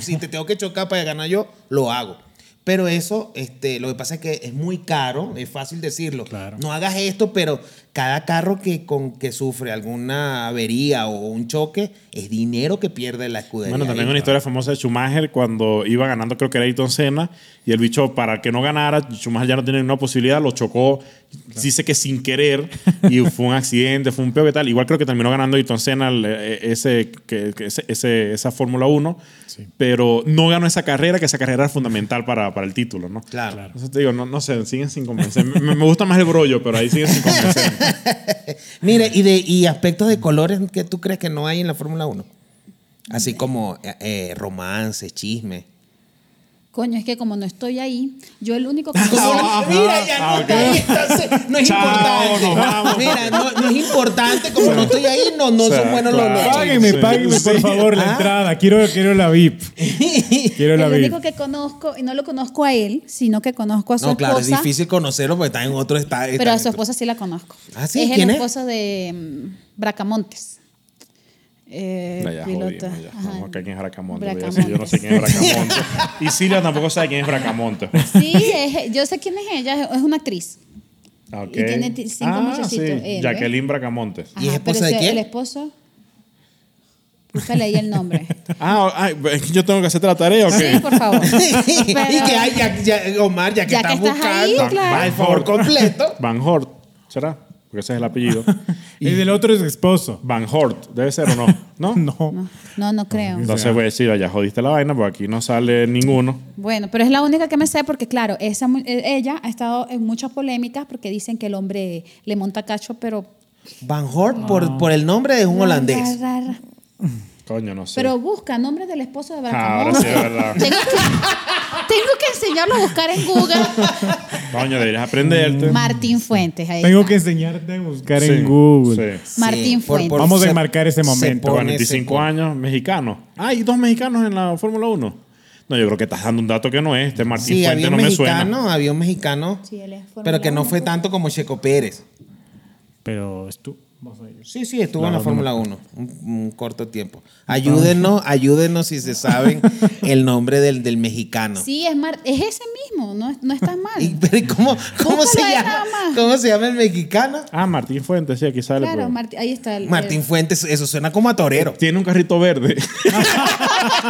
Speaker 3: si te tengo que chocar para ganar yo, lo hago. Pero eso, este, lo que pasa es que es muy caro, es fácil decirlo.
Speaker 1: Claro.
Speaker 3: No hagas esto, pero cada carro que, con, que sufre alguna avería o un choque es dinero que pierde la escudería.
Speaker 4: Bueno, también
Speaker 3: Ahí.
Speaker 4: una historia famosa de Schumacher cuando iba ganando, creo que era Ayrton Senna, y el bicho, para que no ganara, Schumacher ya no tenía ninguna posibilidad, lo chocó, dice que sin querer,
Speaker 3: <laughs>
Speaker 4: y fue un accidente, fue un peo que tal. Igual creo que terminó ganando Ayrton Senna el, eh, ese, que, que ese- ese- esa Fórmula 1,
Speaker 1: Sí.
Speaker 4: pero no ganó esa carrera, que esa carrera era fundamental para, para el título, ¿no?
Speaker 3: Claro.
Speaker 1: Claro.
Speaker 4: Entonces te digo, no, no sé, siguen sin convencerme. me, me gusta más el brollo, pero ahí siguen sin convencerme.
Speaker 3: Mira, y, de, y aspectos de colores que tú crees que no hay en la Fórmula 1. Así como eh, eh, romance, chisme.
Speaker 2: Coño, es que como no estoy ahí, yo el
Speaker 3: <laughs>
Speaker 2: único que...
Speaker 4: Ah,
Speaker 3: Mira, ya
Speaker 4: ah,
Speaker 3: no
Speaker 4: ok.
Speaker 3: está ahí, entonces no es
Speaker 4: Chao,
Speaker 3: importante.
Speaker 4: nos vamos.
Speaker 3: Mira, no, no es importante, como no estoy ahí, no, no
Speaker 4: O sea,
Speaker 3: son buenos los los chismes.
Speaker 4: claro.
Speaker 1: Páguenme,
Speaker 4: sí.
Speaker 1: páguenme por
Speaker 4: Sí.
Speaker 1: favor la
Speaker 3: Ah.
Speaker 1: entrada. Quiero, quiero la
Speaker 4: <laughs>
Speaker 1: VIP. Quiero la
Speaker 2: el
Speaker 1: VIP.
Speaker 2: único que conozco, y no lo conozco a él, sino que conozco a su
Speaker 3: No, claro, es
Speaker 2: esposa.
Speaker 3: difícil conocerlo porque está en otro estado.
Speaker 2: Pero a su esposa sí la conozco.
Speaker 3: Ah, ¿sí?
Speaker 2: Es el
Speaker 3: ¿Quién es?
Speaker 2: esposo de mm, Bracamontes. Eh,
Speaker 4: No, ya
Speaker 2: piloto.
Speaker 4: jodimos, ya.
Speaker 2: Ajá.
Speaker 4: Vamos a ver quién es Bracamonte. voy a decir,
Speaker 2: Bracamontes.
Speaker 4: Yo no sé quién es Bracamonte. <laughs> y Silvia tampoco sabe quién es <laughs> Bracamonte.
Speaker 2: Sí, es- yo sé quién es ella, es una actriz.
Speaker 4: Ah, ok.
Speaker 2: Y tiene ti- cinco muchachitos, él,
Speaker 4: Jacqueline Bracamonte.
Speaker 3: ¿Y es
Speaker 2: Ajá, pero
Speaker 3: esposa de
Speaker 2: ese-
Speaker 3: quién?
Speaker 2: El esposo. Búscale ahí el nombre. <laughs>
Speaker 4: Ah, ay, es que yo tengo que hacerte la tarea, ¿o qué?
Speaker 2: Sí, por favor.
Speaker 3: <laughs> <laughs> y que ay, ya, ya, Omar, ya que
Speaker 2: Ya
Speaker 3: estás
Speaker 2: que estás ahí,
Speaker 3: buscando,
Speaker 2: claro.
Speaker 3: por favor,
Speaker 4: <laughs>
Speaker 3: completo.
Speaker 4: Van Hort, ¿será? Porque ese es el <laughs> apellido.
Speaker 1: El del otro es esposo. <laughs>
Speaker 4: Van Hort, debe ser o no. ¿No?
Speaker 1: No.
Speaker 2: No, no, no creo.
Speaker 4: Entonces voy a decir, ya jodiste la vaina, porque aquí no sale ninguno.
Speaker 2: Bueno, pero es la única que me sé porque, claro, esa, mu- eh, ella ha estado en muchas polémicas porque dicen que el hombre le monta cacho, pero...
Speaker 3: Van Hort, por, por el nombre, es un holandés.
Speaker 2: Ra, ra, ra.
Speaker 4: Coño, no sé.
Speaker 2: Pero busca nombre del esposo de
Speaker 4: Ah, ahora
Speaker 2: Brancamón.
Speaker 4: sí, es verdad.
Speaker 2: <laughs> tengo, que, tengo que enseñarlo a buscar en
Speaker 4: <laughs>
Speaker 2: Google.
Speaker 4: Coño, deberías aprenderte.
Speaker 2: Martín Fuentes. Ahí
Speaker 1: Tengo
Speaker 2: está.
Speaker 1: que enseñarte a buscar
Speaker 4: Sí,
Speaker 1: en Google.
Speaker 4: sí.
Speaker 2: Martín
Speaker 3: por-
Speaker 2: Fuentes.
Speaker 3: por-
Speaker 1: Vamos a
Speaker 3: se-
Speaker 1: enmarcar ese
Speaker 3: se
Speaker 1: momento.
Speaker 3: pone, se
Speaker 4: 45
Speaker 3: pone.
Speaker 4: años, mexicanos. Ah, y dos mexicanos en la Fórmula 1. No, yo creo que estás dando un dato que no es. Este Martín
Speaker 3: Sí, había
Speaker 4: Fuentes
Speaker 3: un
Speaker 4: no me suena.
Speaker 3: mexicano, había un mexicano,
Speaker 2: Sí, él es Fórmula
Speaker 3: pero que no
Speaker 2: Uno.
Speaker 3: fue tanto como Checo Pérez.
Speaker 1: Pero es tú. Vamos a ir.
Speaker 3: Sí, sí, estuvo en la Fórmula 1 un, un corto tiempo. Ayúdenos, ayúdenos si se
Speaker 4: <laughs>
Speaker 3: saben el nombre del, del mexicano.
Speaker 2: Sí, es, Mar- es ese mismo, no, no estás mal.
Speaker 3: <laughs> Y- pero ¿y ¿Cómo, cómo, se
Speaker 2: Búscalo ahí
Speaker 3: llama,
Speaker 2: nada más.
Speaker 3: ¿Cómo se llama el mexicano?
Speaker 4: Ah, Martín Fuentes, sí, aquí sale.
Speaker 2: claro,
Speaker 4: pero-
Speaker 2: Martín- ahí está el.
Speaker 3: Martín
Speaker 2: el-
Speaker 3: Fuentes, eso suena como a torero.
Speaker 4: Tiene un carrito verde. <laughs>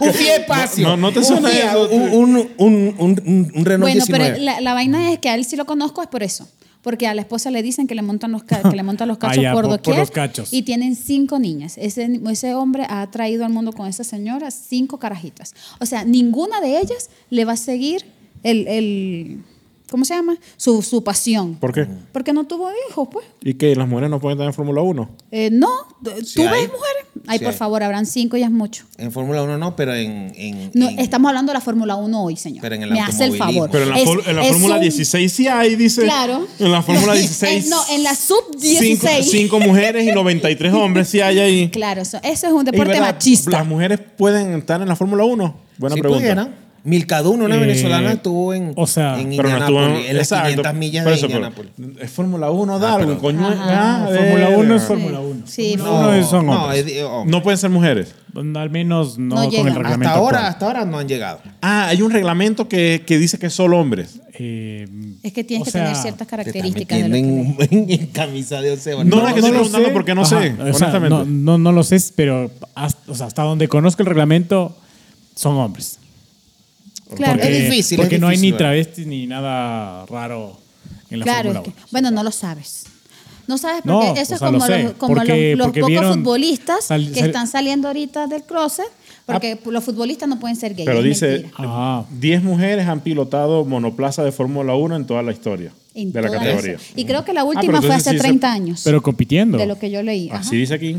Speaker 3: Un pie espacio.
Speaker 4: No, no te
Speaker 3: Un
Speaker 4: suena
Speaker 3: Fiat,
Speaker 4: eso.
Speaker 3: Un, un, un, un- un- un Renault
Speaker 2: Bueno, pero
Speaker 3: 19.
Speaker 2: la, la vaina es que a él sí lo conozco es por eso. Porque a la esposa le dicen que le montan los, ca- que le montan
Speaker 4: <laughs>
Speaker 2: los cachos
Speaker 1: Ah, ya,
Speaker 2: por
Speaker 1: por- por
Speaker 2: doquier.
Speaker 1: los cachos.
Speaker 2: Y tienen cinco niñas. Ese, ese hombre ha traído al mundo con esa señora cinco carajitas. O sea, ninguna de ellas le va a seguir el. el- ¿Cómo se llama? Su, su pasión.
Speaker 4: ¿Por qué?
Speaker 2: Porque no tuvo hijos, pues.
Speaker 4: ¿Y qué? ¿Las mujeres no pueden estar en Fórmula 1?
Speaker 2: Eh, no, d-
Speaker 3: Sí
Speaker 2: tú
Speaker 3: hay.
Speaker 2: ves mujeres. Ay,
Speaker 3: Sí
Speaker 2: por
Speaker 3: hay.
Speaker 2: favor, habrán cinco, ya es mucho.
Speaker 3: En Fórmula 1 no, pero en. en-
Speaker 2: No,
Speaker 3: en-
Speaker 2: estamos hablando de la Fórmula 1 hoy, señor.
Speaker 3: Pero en el
Speaker 2: Me hace el
Speaker 3: automovilismo.
Speaker 2: favor.
Speaker 4: Pero en la,
Speaker 2: Es-
Speaker 4: fór- en la
Speaker 2: es
Speaker 4: Fórmula
Speaker 2: un-
Speaker 4: 16 sí hay, dice.
Speaker 2: Claro.
Speaker 4: En la Fórmula
Speaker 2: <laughs> En-
Speaker 4: 16.
Speaker 2: no, en la sub 16.
Speaker 4: Cinco, cinco mujeres y 93 hombres sí hay ahí.
Speaker 2: Claro, eso, eso es un
Speaker 4: Y,
Speaker 2: deporte
Speaker 4: ¿verdad?
Speaker 2: machista.
Speaker 4: ¿Las mujeres pueden estar en la Fórmula 1? Buena
Speaker 3: si
Speaker 4: pregunta.
Speaker 3: pudieran. Milcadún, una
Speaker 1: Eh,
Speaker 3: venezolana, estuvo en,
Speaker 1: o sea,
Speaker 3: en
Speaker 4: Pero no estuvo
Speaker 3: Indianápolis, en las
Speaker 4: exacto,
Speaker 3: 500 millas
Speaker 4: por
Speaker 3: de
Speaker 4: eso, pero
Speaker 3: Indianápolis.
Speaker 4: Es Fórmula 1, Darwin,
Speaker 3: pero-
Speaker 4: coño.
Speaker 2: Ajá.
Speaker 4: ah,
Speaker 1: Fórmula 1 es
Speaker 4: verga.
Speaker 1: Fórmula 1.
Speaker 2: Sí,
Speaker 1: Fórmula 1 es- son
Speaker 3: no,
Speaker 1: hombres.
Speaker 3: es de- oh.
Speaker 4: No pues. pueden ser mujeres.
Speaker 1: Al menos no,
Speaker 2: No
Speaker 1: con el
Speaker 2: llegan.
Speaker 1: reglamento.
Speaker 3: hasta ahora,
Speaker 1: actual.
Speaker 3: hasta ahora no han llegado.
Speaker 4: Ah, hay un reglamento que, que dice que es solo hombres.
Speaker 1: Eh,
Speaker 2: es que tienes
Speaker 1: o
Speaker 2: que
Speaker 1: sea,
Speaker 2: tener ciertas
Speaker 3: Te estás
Speaker 2: características. de lo
Speaker 3: metiendo
Speaker 2: que lees.
Speaker 3: en, en, camisa de once varas.
Speaker 4: No, no, es que estoy
Speaker 1: lo
Speaker 4: preguntando
Speaker 1: sé.
Speaker 4: porque no
Speaker 1: Ajá,
Speaker 4: sé,
Speaker 1: o sea,
Speaker 4: honestamente.
Speaker 1: no, no, no lo sé, pero hasta, o sea, hasta donde conozco el reglamento, son hombres.
Speaker 2: Claro,
Speaker 1: Porque-
Speaker 3: es difícil,
Speaker 1: Porque
Speaker 3: es
Speaker 1: no hay
Speaker 3: difícil,
Speaker 1: ni
Speaker 3: ¿verdad?
Speaker 1: travestis ni nada raro en la
Speaker 2: claro,
Speaker 1: Fórmula
Speaker 2: es que-
Speaker 1: 1.
Speaker 2: bueno, no lo sabes. No sabes
Speaker 1: No,
Speaker 2: porque
Speaker 1: o
Speaker 2: eso
Speaker 1: sea,
Speaker 2: es como,
Speaker 1: lo sé,
Speaker 2: los, como
Speaker 1: porque-
Speaker 2: los- los
Speaker 1: porque
Speaker 2: pocos
Speaker 1: vieron
Speaker 2: futbolistas
Speaker 1: sal-
Speaker 2: que
Speaker 1: sal-
Speaker 2: están saliendo ahorita del closet, porque los futbolistas no pueden ser gays.
Speaker 4: Pero
Speaker 2: es
Speaker 4: dice,
Speaker 2: mentira.
Speaker 1: Ah.
Speaker 4: 10 mujeres han pilotado monoplaza de Fórmula 1 en toda la historia
Speaker 2: En
Speaker 4: de la
Speaker 2: toda
Speaker 4: categoría.
Speaker 2: eso. Y creo que
Speaker 1: Ah,
Speaker 2: la
Speaker 4: pero
Speaker 2: última fue
Speaker 4: entonces
Speaker 2: hace
Speaker 4: sí se-
Speaker 2: 30 años,
Speaker 1: Pero compitiendo.
Speaker 2: de lo que yo leí. Ajá.
Speaker 4: Así dice aquí.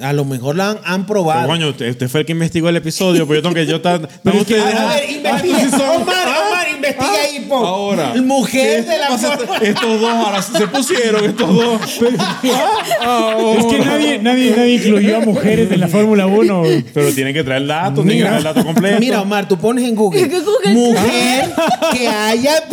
Speaker 3: A lo mejor la han, han
Speaker 4: Pero,
Speaker 3: probado.
Speaker 4: coño, usted, usted fue el que investigó el episodio, pues yo tengo que yo <laughs> estar...
Speaker 1: Pero es que-
Speaker 4: ustedes-
Speaker 3: A ver,
Speaker 4: ah,
Speaker 3: investiga.
Speaker 4: ah, sí son-
Speaker 3: Omar, Omar, investiga
Speaker 4: ah,
Speaker 3: ahí, po.
Speaker 4: Ahora.
Speaker 3: Mujer
Speaker 4: ¿Qué
Speaker 3: de la
Speaker 4: pasa?
Speaker 3: Fórmula-
Speaker 4: Estos dos ahora se pusieron, estos dos.
Speaker 1: Es que nadie, nadie, nadie incluyó a mujeres en la Fórmula 1.
Speaker 4: <laughs> Pero tienen que traer el dato, tienen que traer el dato completo.
Speaker 3: Mira, Omar, tú pones
Speaker 2: <laughs>
Speaker 3: en Google, mujer que haya <laughs>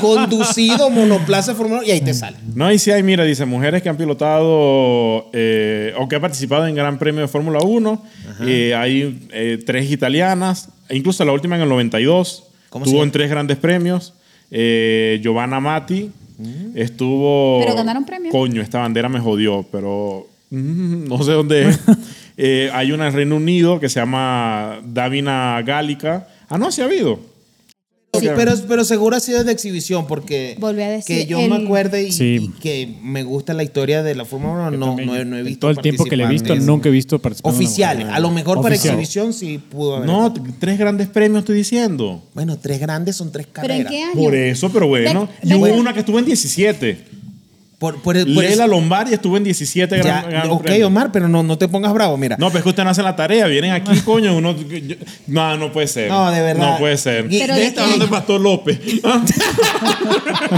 Speaker 3: conducido monoplaza de Fórmula 1 y ahí
Speaker 4: Mm.
Speaker 3: te sale.
Speaker 4: No, y si hay, mira, dice mujeres que han pilotado eh, o que han participado en Gran Premio de Fórmula 1. Eh, hay eh, tres italianas, e incluso la última en el 92.
Speaker 3: ¿Cómo se
Speaker 4: Estuvo
Speaker 3: llama?
Speaker 4: en tres grandes premios. Eh, Giovanna Matti
Speaker 3: Mm.
Speaker 4: estuvo.
Speaker 2: Pero ganaron premio.
Speaker 4: Coño, esta bandera me jodió, pero mm, no sé
Speaker 2: <laughs>
Speaker 4: dónde es. Eh, hay una en Reino Unido que se llama Davina Gálica. Ah, no, sí ha habido.
Speaker 3: Pero, pero seguro ha sido de exhibición porque
Speaker 2: Volví a decir
Speaker 3: que yo
Speaker 2: el-
Speaker 3: me acuerde y,
Speaker 1: Sí.
Speaker 3: y que me gusta la historia de la Fórmula 1, no, no, he- no he
Speaker 1: En
Speaker 3: visto
Speaker 1: Todo el tiempo que le he visto,
Speaker 3: participantes
Speaker 1: nunca he visto participar.
Speaker 3: Oficiales, a lo mejor para
Speaker 1: Oficial.
Speaker 3: exhibición sí pudo haber.
Speaker 4: No, t- tres grandes premios estoy diciendo.
Speaker 3: Bueno, tres grandes son tres
Speaker 2: ¿Pero en
Speaker 3: carreras.
Speaker 2: qué año?
Speaker 4: Por eso, pero bueno.
Speaker 2: Ve-
Speaker 4: Y hubo
Speaker 2: ve-
Speaker 4: una que estuvo en 17.
Speaker 3: Por, por, por
Speaker 4: Lela
Speaker 3: eso-
Speaker 4: Lombardi estuvo en 17
Speaker 3: Pues- Ya,
Speaker 4: gran, gran
Speaker 3: ok,
Speaker 4: premios.
Speaker 3: Omar, pero no, no te pongas bravo, mira.
Speaker 4: No, pero es que ustedes no hacen la tarea. Vienen aquí, coño. Uno, yo- no, no puede ser.
Speaker 3: Ah. No, de verdad.
Speaker 4: No puede ser.
Speaker 3: Y-
Speaker 2: Pero
Speaker 4: de
Speaker 2: de
Speaker 4: esta
Speaker 2: qué <laughs>
Speaker 4: hablando de
Speaker 2: año.
Speaker 4: Pastor López. <laughs>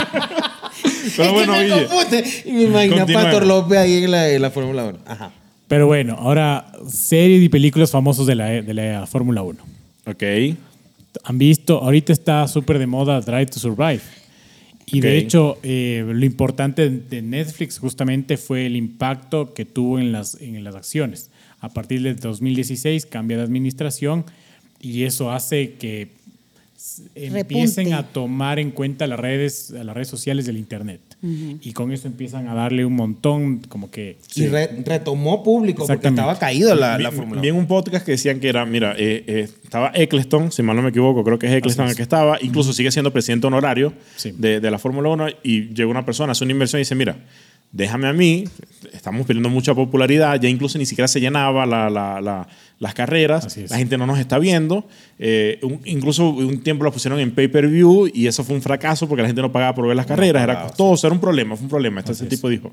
Speaker 4: pero bueno,
Speaker 3: me
Speaker 4: oye.
Speaker 3: confunde. Y me imagino a
Speaker 4: Continuemos.
Speaker 3: Pastor López ahí en la, en la Fórmula 1. Ajá.
Speaker 1: Pero bueno, ahora, series y películas famosos de la, E, de la Fórmula 1.
Speaker 4: Ok.
Speaker 1: Han visto, ahorita está súper de moda Drive to Survive. Y
Speaker 4: Ok.
Speaker 1: de hecho, eh, lo importante de Netflix justamente fue el impacto que tuvo en las, en las acciones. A partir del 2016 cambia de administración y eso hace que s- empiecen
Speaker 2: Repunte.
Speaker 1: a tomar en cuenta las redes, a las redes sociales del Internet. Y con eso empiezan a darle un montón, como que...
Speaker 3: Y re- retomó público porque
Speaker 1: Exactamente.
Speaker 3: estaba caído la, la
Speaker 4: Vi-
Speaker 3: Fórmula
Speaker 4: Vi en
Speaker 3: 1.
Speaker 4: un podcast que decían que era, mira, eh, eh, estaba Eccleston, si mal no me equivoco, creo que es Eccleston el que estaba, incluso sigue siendo presidente honorario
Speaker 1: Sí.
Speaker 4: de, de la Fórmula 1 y llega una persona, hace una inversión y dice, mira, déjame a mí, estamos perdiendo mucha popularidad, ya incluso ni siquiera se llenaba la- la- la- las carreras,
Speaker 1: Así es.
Speaker 4: la gente no nos está viendo, eh, un- incluso un tiempo la pusieron en pay-per-view y eso fue un fracaso porque la gente no pagaba por ver las carreras, era
Speaker 3: pagaba,
Speaker 4: costoso, era un problema, fue un problema, entonces el tipo dijo,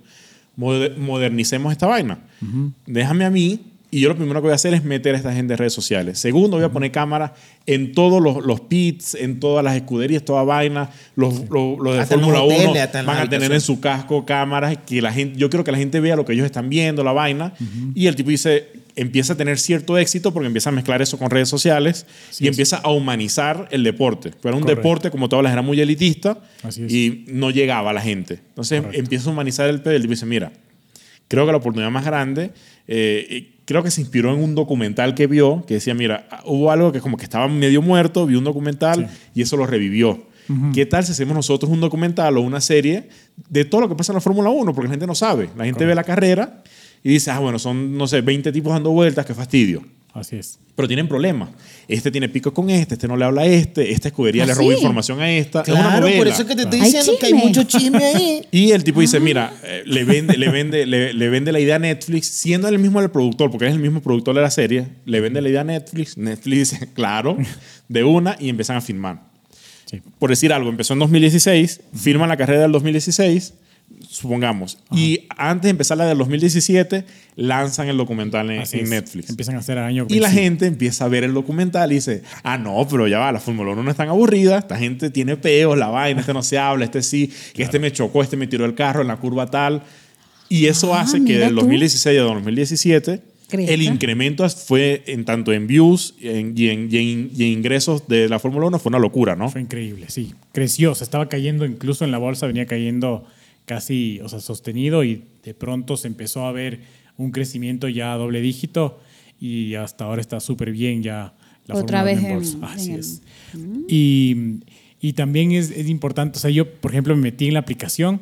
Speaker 4: moder- modernicemos esta vaina. Déjame a mí y yo lo primero que voy a hacer es meter a esta gente en redes sociales. Segundo, voy a poner cámaras en todos los, los pits, en todas las escuderías, toda vaina. Los, los- los de
Speaker 3: Hasta en los
Speaker 4: Fórmula 1
Speaker 3: hoteles, hasta en las
Speaker 4: van a tener en
Speaker 3: habitaciones.
Speaker 4: su casco cámaras que la gente, yo quiero que la gente vea lo que ellos están viendo, la vaina. Y el tipo dice, empieza a tener cierto éxito porque empieza a mezclar eso con redes sociales
Speaker 1: Así
Speaker 4: y
Speaker 1: es.
Speaker 4: empieza a humanizar el deporte. Pero era un
Speaker 1: Correcto.
Speaker 4: deporte, como tú hablas, era muy elitista
Speaker 1: Así es.
Speaker 4: y no llegaba a la gente. Entonces
Speaker 1: Correcto.
Speaker 4: empieza a humanizar el pedo y el tipo dice, mira, creo que la oportunidad más grande, eh, y creo que se inspiró en un documental que vio, que decía, mira, ah, hubo algo que como que estaba medio muerto, vi un documental
Speaker 1: Sí.
Speaker 4: y eso lo revivió. ¿Qué tal si hacemos nosotros un documental o una serie de todo lo que pasa en la Fórmula 1? Porque la gente no sabe. La gente ve la carrera y dice, ah, bueno, son, no sé, 20 tipos dando vueltas, qué fastidio.
Speaker 1: Así es.
Speaker 4: Pero tienen problemas. Este tiene pico con este, este no le habla a este, esta escudería
Speaker 2: ¿Ah,
Speaker 4: le robó
Speaker 2: sí?
Speaker 4: información a esta. es una
Speaker 3: Claro,
Speaker 4: novela.
Speaker 3: por eso es que te estoy
Speaker 2: Hay
Speaker 3: diciendo que hay
Speaker 2: chisme.
Speaker 3: mucho chisme ahí.
Speaker 4: Y el tipo dice, mira, eh, le vende, le vende, le, le vende la idea a Netflix, siendo él mismo el productor, porque él es el mismo productor de la serie, le vende la idea a Netflix, Netflix dice, <laughs> claro, de una, y empiezan a filmar.
Speaker 1: Sí.
Speaker 4: Por decir algo, empezó en 2016, firman la carrera del 2016, supongamos, y antes de empezar la del 2017, lanzan el documental en,
Speaker 1: Así
Speaker 4: en
Speaker 1: es.
Speaker 4: Netflix.
Speaker 1: Empiezan a hacer año.
Speaker 4: Y la
Speaker 1: sí.
Speaker 4: gente empieza a ver el documental y dice, ah, no, pero ya va, la Fórmula 1 no es tan aburrida, esta gente tiene peos, la vaina, este no se habla, este sí, que este me chocó, este me tiró el carro en la curva tal. Y eso
Speaker 2: Ah,
Speaker 4: hace que
Speaker 2: mira
Speaker 4: del
Speaker 2: tú.
Speaker 4: 2016 al 2017
Speaker 2: Cresta.
Speaker 4: el incremento fue en tanto en views en- y, en, y en- y en ingresos de la Fórmula 1 fue una locura, ¿no?
Speaker 1: Fue increíble, sí. Creció, se estaba cayendo incluso en la bolsa, venía cayendo casi, o sea, sostenido y de pronto se empezó a ver un crecimiento ya a doble dígito y hasta ahora está súper bien ya la
Speaker 2: Otra
Speaker 1: Fórmula
Speaker 2: vez
Speaker 1: Uno
Speaker 2: en-
Speaker 1: en bolsa.
Speaker 2: en
Speaker 1: Así
Speaker 2: el-
Speaker 1: es. Y, y también es, es importante, o sea, yo, por ejemplo, me metí en la aplicación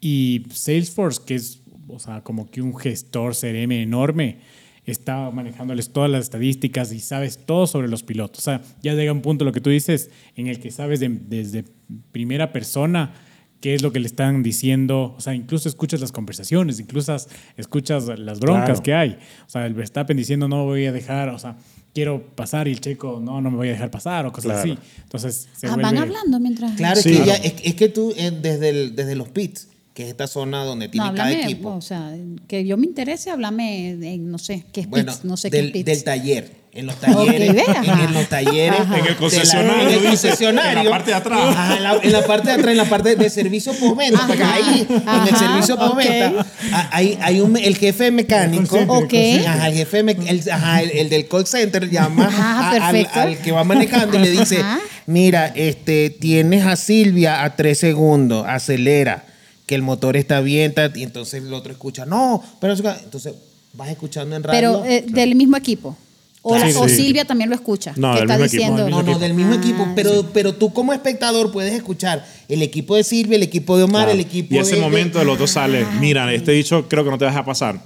Speaker 1: y Salesforce, que es, o sea, como que un gestor CRM enorme, está manejándoles todas las estadísticas y sabes todo sobre los pilotos. O sea, ya llega un punto, lo que tú dices, en el que sabes de- desde primera persona qué es lo que le están diciendo, o sea, incluso escuchas las conversaciones, incluso escuchas las broncas
Speaker 4: Claro.
Speaker 1: que hay. O sea, el Verstappen diciendo no voy a dejar, o sea, quiero pasar y el checo no, no me voy a dejar pasar o cosas
Speaker 4: Claro.
Speaker 1: así. Entonces, se
Speaker 2: Ah, van
Speaker 1: vuelve-
Speaker 2: hablando mientras.
Speaker 3: Claro,
Speaker 4: <laughs> Sí.
Speaker 3: es, que
Speaker 4: Claro.
Speaker 3: ya- es, es que tú, eh, desde, el- desde los pits, que es esta zona donde
Speaker 2: No,
Speaker 3: tiene cada
Speaker 2: háblame,
Speaker 3: equipo.
Speaker 2: o sea, que yo me interese, háblame en, no sé, qué es
Speaker 3: bueno,
Speaker 2: pits, no sé
Speaker 3: del,
Speaker 2: qué es pits.
Speaker 3: del taller. En los talleres.
Speaker 2: Ok, ve,
Speaker 3: en,
Speaker 2: ajá.
Speaker 3: en los talleres.
Speaker 2: Ajá. En el
Speaker 3: de la-
Speaker 4: concesionario,
Speaker 3: en el
Speaker 4: dice,
Speaker 3: concesionario.
Speaker 4: en la parte de atrás.
Speaker 3: Ajá, en, la, en la parte de atrás, en la parte de servicio postventa.
Speaker 2: Ajá,
Speaker 3: Porque ahí, en el
Speaker 2: ajá,
Speaker 3: servicio postventa,
Speaker 2: ok.
Speaker 3: a- hay, hay un, el jefe mecánico.
Speaker 1: El
Speaker 2: call center, el Ok. call center.
Speaker 3: Ajá, el jefe, mec- el, ajá, el- el del call center llama
Speaker 2: Ajá,
Speaker 3: a- al-
Speaker 2: perfecto.
Speaker 3: al, que va manejando y le dice:
Speaker 2: Ajá.
Speaker 3: Mira, este, tienes a Silvia a tres segundos, acelera, que el motor está bien, ta- y entonces el otro escucha, no, pero eso ca-". entonces vas escuchando en radio.
Speaker 2: Pero eh, del mismo equipo. O, la-
Speaker 4: Sí,
Speaker 2: o
Speaker 4: sí.
Speaker 2: Silvia también lo escucha.
Speaker 4: No,
Speaker 2: que
Speaker 4: del
Speaker 2: está
Speaker 4: mismo equipo,
Speaker 2: diciendo.
Speaker 4: del
Speaker 3: no, no, del mismo
Speaker 2: Ah,
Speaker 3: equipo, pero, pero tú como espectador puedes escuchar el equipo de Silvia, el equipo de Omar,
Speaker 4: Claro.
Speaker 3: el equipo
Speaker 4: y ese
Speaker 3: de- de-
Speaker 4: momento el otro sale,
Speaker 2: Ah.
Speaker 4: mira, este dicho creo que no te vas a pasar.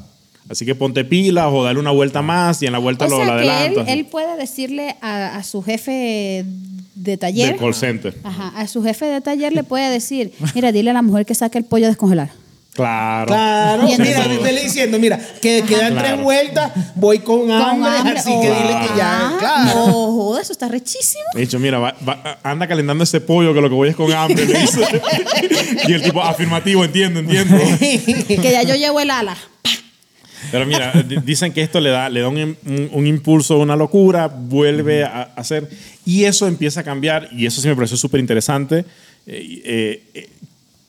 Speaker 4: Así que ponte pilas o dale una vuelta más y en la vuelta
Speaker 2: Ah. O
Speaker 4: lo,
Speaker 2: sea,
Speaker 4: lo
Speaker 2: que él,
Speaker 4: adelantas.
Speaker 2: él puede decirle a, a su jefe de taller.
Speaker 4: del call center.
Speaker 2: Ajá, a su jefe de taller le puede decir, mira, dile a la mujer que saque el pollo a descongelar.
Speaker 4: Claro.
Speaker 3: Claro,
Speaker 2: Y
Speaker 3: mira,
Speaker 4: entonces-
Speaker 3: te le diciendo, mira, que quedan
Speaker 4: Claro.
Speaker 3: tres vueltas, voy con hambre, Ah, así que
Speaker 2: o-
Speaker 3: dile que ya,
Speaker 2: Ah,
Speaker 3: claro.
Speaker 2: No, joda, eso está rechísimo.
Speaker 4: He dicho, mira, va- va- anda calentando ese pollo que lo que voy es con hambre. le dice. <laughs> y el tipo, afirmativo, entiendo, entiendo.
Speaker 2: Que ya yo llevo el ala.
Speaker 4: Pero mira, di- dicen que esto le da, le da un, im- un- un impulso, una locura, vuelve a, a hacer. Y eso empieza a cambiar, y eso sí me pareció súper interesante. eh, eh, eh,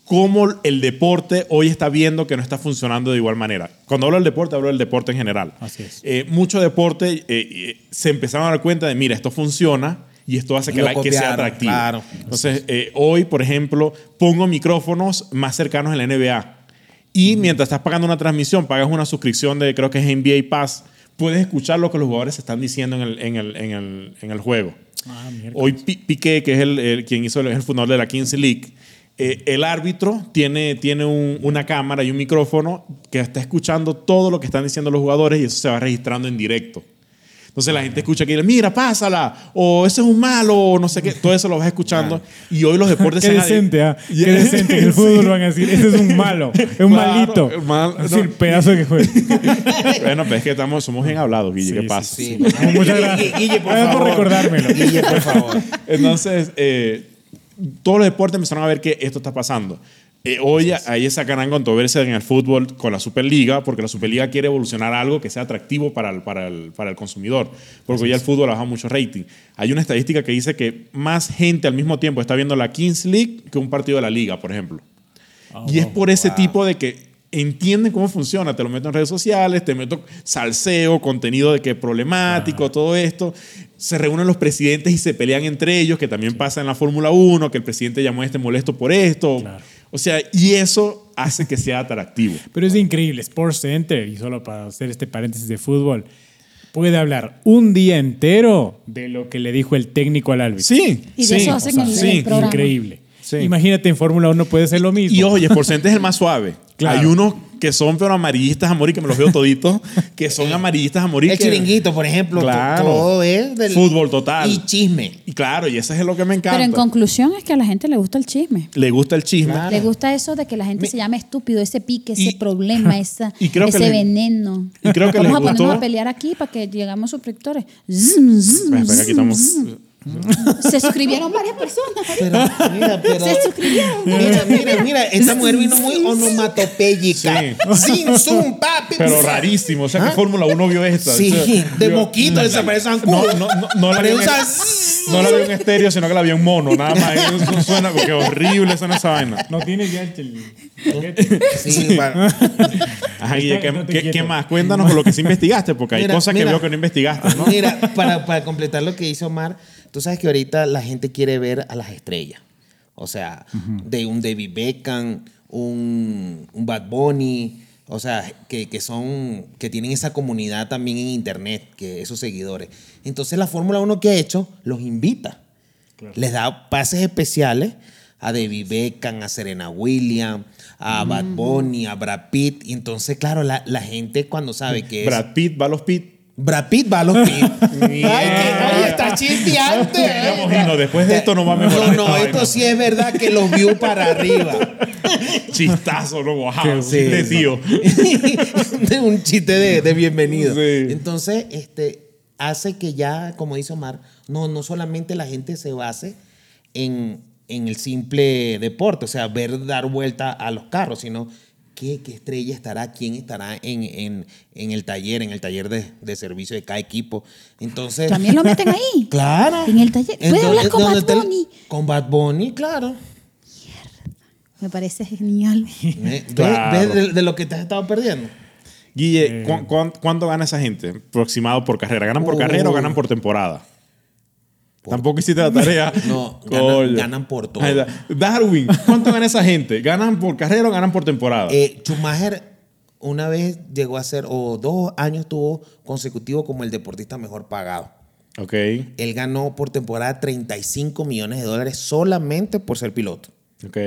Speaker 4: cómo el deporte hoy está viendo que no está funcionando de igual manera. Cuando hablo del deporte, hablo del deporte en general.
Speaker 1: Así es.
Speaker 4: Eh, mucho deporte eh, eh, se empezaron a dar cuenta de, mira, esto funciona y esto hace
Speaker 3: Y
Speaker 4: que,
Speaker 3: lo
Speaker 4: la- que sea
Speaker 3: copiaron,
Speaker 4: atractivo.
Speaker 3: claro.
Speaker 4: Entonces, eh, hoy, por ejemplo, pongo micrófonos más cercanos en la NBA. Y mientras estás pagando una transmisión, pagas una suscripción de, creo que es NBA Pass, puedes escuchar lo que los jugadores están diciendo en el, en el, en el, en el juego.
Speaker 1: Ah, mierda.
Speaker 4: Hoy Pi- Piqué, que es el, el- quien hizo el, es el fundador de la Kings League, eh, el árbitro tiene, tiene un- una cámara y un micrófono que está escuchando todo lo que están diciendo los jugadores y eso se va registrando en directo. Entonces la gente escucha que mira, pásala, o ese es un malo, o no sé qué, todo eso lo vas escuchando. Y hoy los deportes
Speaker 1: Ah. <laughs> Qué
Speaker 4: se han adi-
Speaker 1: decente, ¿ah?
Speaker 4: Yeah.
Speaker 1: Qué decente. En el
Speaker 4: Sí.
Speaker 1: fútbol van a decir, ese es un malo, es un
Speaker 4: Claro,
Speaker 1: malito.
Speaker 4: mal-
Speaker 1: es decir,
Speaker 4: no.
Speaker 1: pedazo que juega.
Speaker 4: <laughs> Bueno, pero es que estamos, somos bien hablados, Guille,
Speaker 1: Sí,
Speaker 4: ¿qué
Speaker 1: sí,
Speaker 4: pasa?
Speaker 3: Sí.
Speaker 1: Muchas
Speaker 3: Guille,
Speaker 1: gracias.
Speaker 3: Guille, por
Speaker 1: Gracias por
Speaker 3: favor.
Speaker 1: recordármelo.
Speaker 3: Guille, <laughs> por favor.
Speaker 4: <laughs> Entonces, eh, todos los deportes empezaron a ver que esto está pasando. Eh, hoy hay esa gran controversia en el fútbol con la Superliga, porque la Superliga quiere evolucionar a algo que sea atractivo para el, para el, para el consumidor, porque hoy el fútbol baja mucho rating. Hay una estadística que dice que más gente al mismo tiempo está viendo la Kings League que un partido de la Liga, por ejemplo. y es por ese tipo de que entienden cómo funciona. Te lo meto en redes sociales, te meto salseo, contenido de que es problemático, todo esto. Se reúnen los presidentes y se pelean entre ellos, que también pasa en la Fórmula 1, que el presidente llamó a este molesto por esto.
Speaker 1: Claro.
Speaker 4: O sea, y eso hace que sea atractivo.
Speaker 1: Pero es increíble, Sports Center, y solo para hacer este paréntesis de fútbol, puede hablar un día entero de lo que le dijo el técnico al árbitro.
Speaker 4: Sí,
Speaker 2: Y de
Speaker 4: sí,
Speaker 2: eso hacen
Speaker 4: o sea,
Speaker 2: el-
Speaker 4: sí.
Speaker 2: el programa.
Speaker 1: Increíble.
Speaker 4: Sí.
Speaker 1: Imagínate, en Fórmula 1 puede ser lo mismo.
Speaker 4: Y oye, Sporcente es el más suave.
Speaker 1: Claro.
Speaker 4: Hay unos que son pero amarillistas a morir, que me los veo toditos, que son amarillistas a morir.
Speaker 3: El
Speaker 4: que-
Speaker 3: chiringuito, por ejemplo, to-
Speaker 4: Claro.
Speaker 3: todo es del
Speaker 4: Fútbol total.
Speaker 3: Y chisme.
Speaker 4: Y claro, y eso es lo que me encanta.
Speaker 2: Pero en conclusión es que a la gente le gusta el chisme.
Speaker 4: Le gusta el chisme.
Speaker 3: Claro.
Speaker 2: Le gusta eso de que la gente se llame estúpido, ese pique, ese
Speaker 4: <laughs> Y-
Speaker 2: problema, esa,
Speaker 4: y creo que
Speaker 2: ese
Speaker 4: le-
Speaker 2: veneno.
Speaker 4: y creo que
Speaker 2: Vamos
Speaker 4: les
Speaker 2: a ponernos
Speaker 4: gustó.
Speaker 2: a pelear aquí para que llegamos suscriptores. Zum, zum,
Speaker 4: Espera, espera, aquí
Speaker 2: zum,
Speaker 4: estamos.
Speaker 2: zum. <laughs> Se suscribieron varias personas.
Speaker 3: Pero mira, pero.
Speaker 2: Se suscribieron.
Speaker 3: Mira, mira, mira, esta mujer vino muy onomatopéyica. Sin zoom, papi.
Speaker 4: Pero rarísimo. O sea,
Speaker 3: ¿Ah?
Speaker 4: que Fórmula 1 vio esta.
Speaker 3: Sí,
Speaker 4: O sea,
Speaker 3: de
Speaker 4: yo-
Speaker 3: moquito desaparece
Speaker 4: No,
Speaker 3: zancudo.
Speaker 4: no, no, no la vi en,
Speaker 3: Parece
Speaker 4: est- no la vi en estéreo, sino que la vi en mono. Nada más. Eso suena porque horrible suena esa vaina.
Speaker 1: No tienes ya el chel-
Speaker 3: Sí, va.
Speaker 4: Ajá, Guille, ¿qué,
Speaker 1: Estate
Speaker 4: qué-
Speaker 1: quieto.
Speaker 4: qué más? Cuéntanos con lo que sí investigaste, porque hay
Speaker 3: Mira,
Speaker 4: cosas
Speaker 3: mira.
Speaker 4: que veo que no investigaste, ¿no?
Speaker 3: Mira, para, para completar lo que dice Omar, tú sabes que ahorita la gente quiere ver a las estrellas. O sea, de un David Beckham, un, un Bad Bunny. O sea, que, que son, que tienen esa comunidad también en internet, que esos seguidores. Entonces la Fórmula 1 que ha hecho los invita. Les da pases especiales a David Beckham, a Serena Williams, a Bad
Speaker 4: Mm.
Speaker 3: Bunny, a Brad Pitt. Y entonces, claro, la, la gente cuando sabe que es...
Speaker 4: Brad Pitt va a los Pitt.
Speaker 3: Brad Pitt va a los Pitt.
Speaker 4: <laughs>
Speaker 3: Ay, que- ay, está
Speaker 4: Digamos,
Speaker 3: chispeante. ¿eh?
Speaker 4: Gino, después de esto no va a mejorar.
Speaker 3: No, no,
Speaker 4: esta
Speaker 3: esto
Speaker 4: vaina.
Speaker 3: sí es verdad que los vio para arriba.
Speaker 4: Chistazo, no bajado.
Speaker 3: Sí,
Speaker 4: Ah, de
Speaker 3: sí.
Speaker 4: tío.
Speaker 3: <laughs> De un chiste de, de bienvenido.
Speaker 4: Sí.
Speaker 3: Entonces, este, hace que ya, como dice Omar, no, no solamente la gente se base en, en el simple deporte, o sea, ver dar vuelta a los carros, sino qué, qué estrella estará, quién estará en, en- en el taller, en el taller de, de servicio de cada equipo. Entonces,
Speaker 2: También lo meten ahí.
Speaker 3: <laughs> Claro.
Speaker 2: En el taller. Puede
Speaker 3: Entonces,
Speaker 2: hablar con
Speaker 3: ¿dónde
Speaker 2: Bad
Speaker 3: está el-
Speaker 2: Bunny.
Speaker 3: Con Bad Bunny, claro.
Speaker 2: Me parece
Speaker 4: <laughs>
Speaker 2: genial.
Speaker 3: Eh, ¿Ves,
Speaker 4: Claro.
Speaker 3: ves de, de lo que te has estado perdiendo?
Speaker 4: Guille, ¿cu- cuán- cuánto gana esa gente? Aproximado por carrera. ¿Ganan por
Speaker 3: Uy.
Speaker 4: carrera o ganan por temporada? Tampoco hiciste la tarea.
Speaker 3: <laughs> No, ganan-
Speaker 4: Coño.
Speaker 3: ganan por todo.
Speaker 4: Ahí está. Darwin, ¿cuánto gana esa gente? ¿Ganan por carrera o ganan por temporada?
Speaker 3: Eh, Schumacher una vez llegó a ser, o dos años estuvo consecutivo como el deportista mejor pagado.
Speaker 4: ok.
Speaker 3: Él ganó por temporada 35 millones de dólares solamente por ser piloto.
Speaker 4: Ok.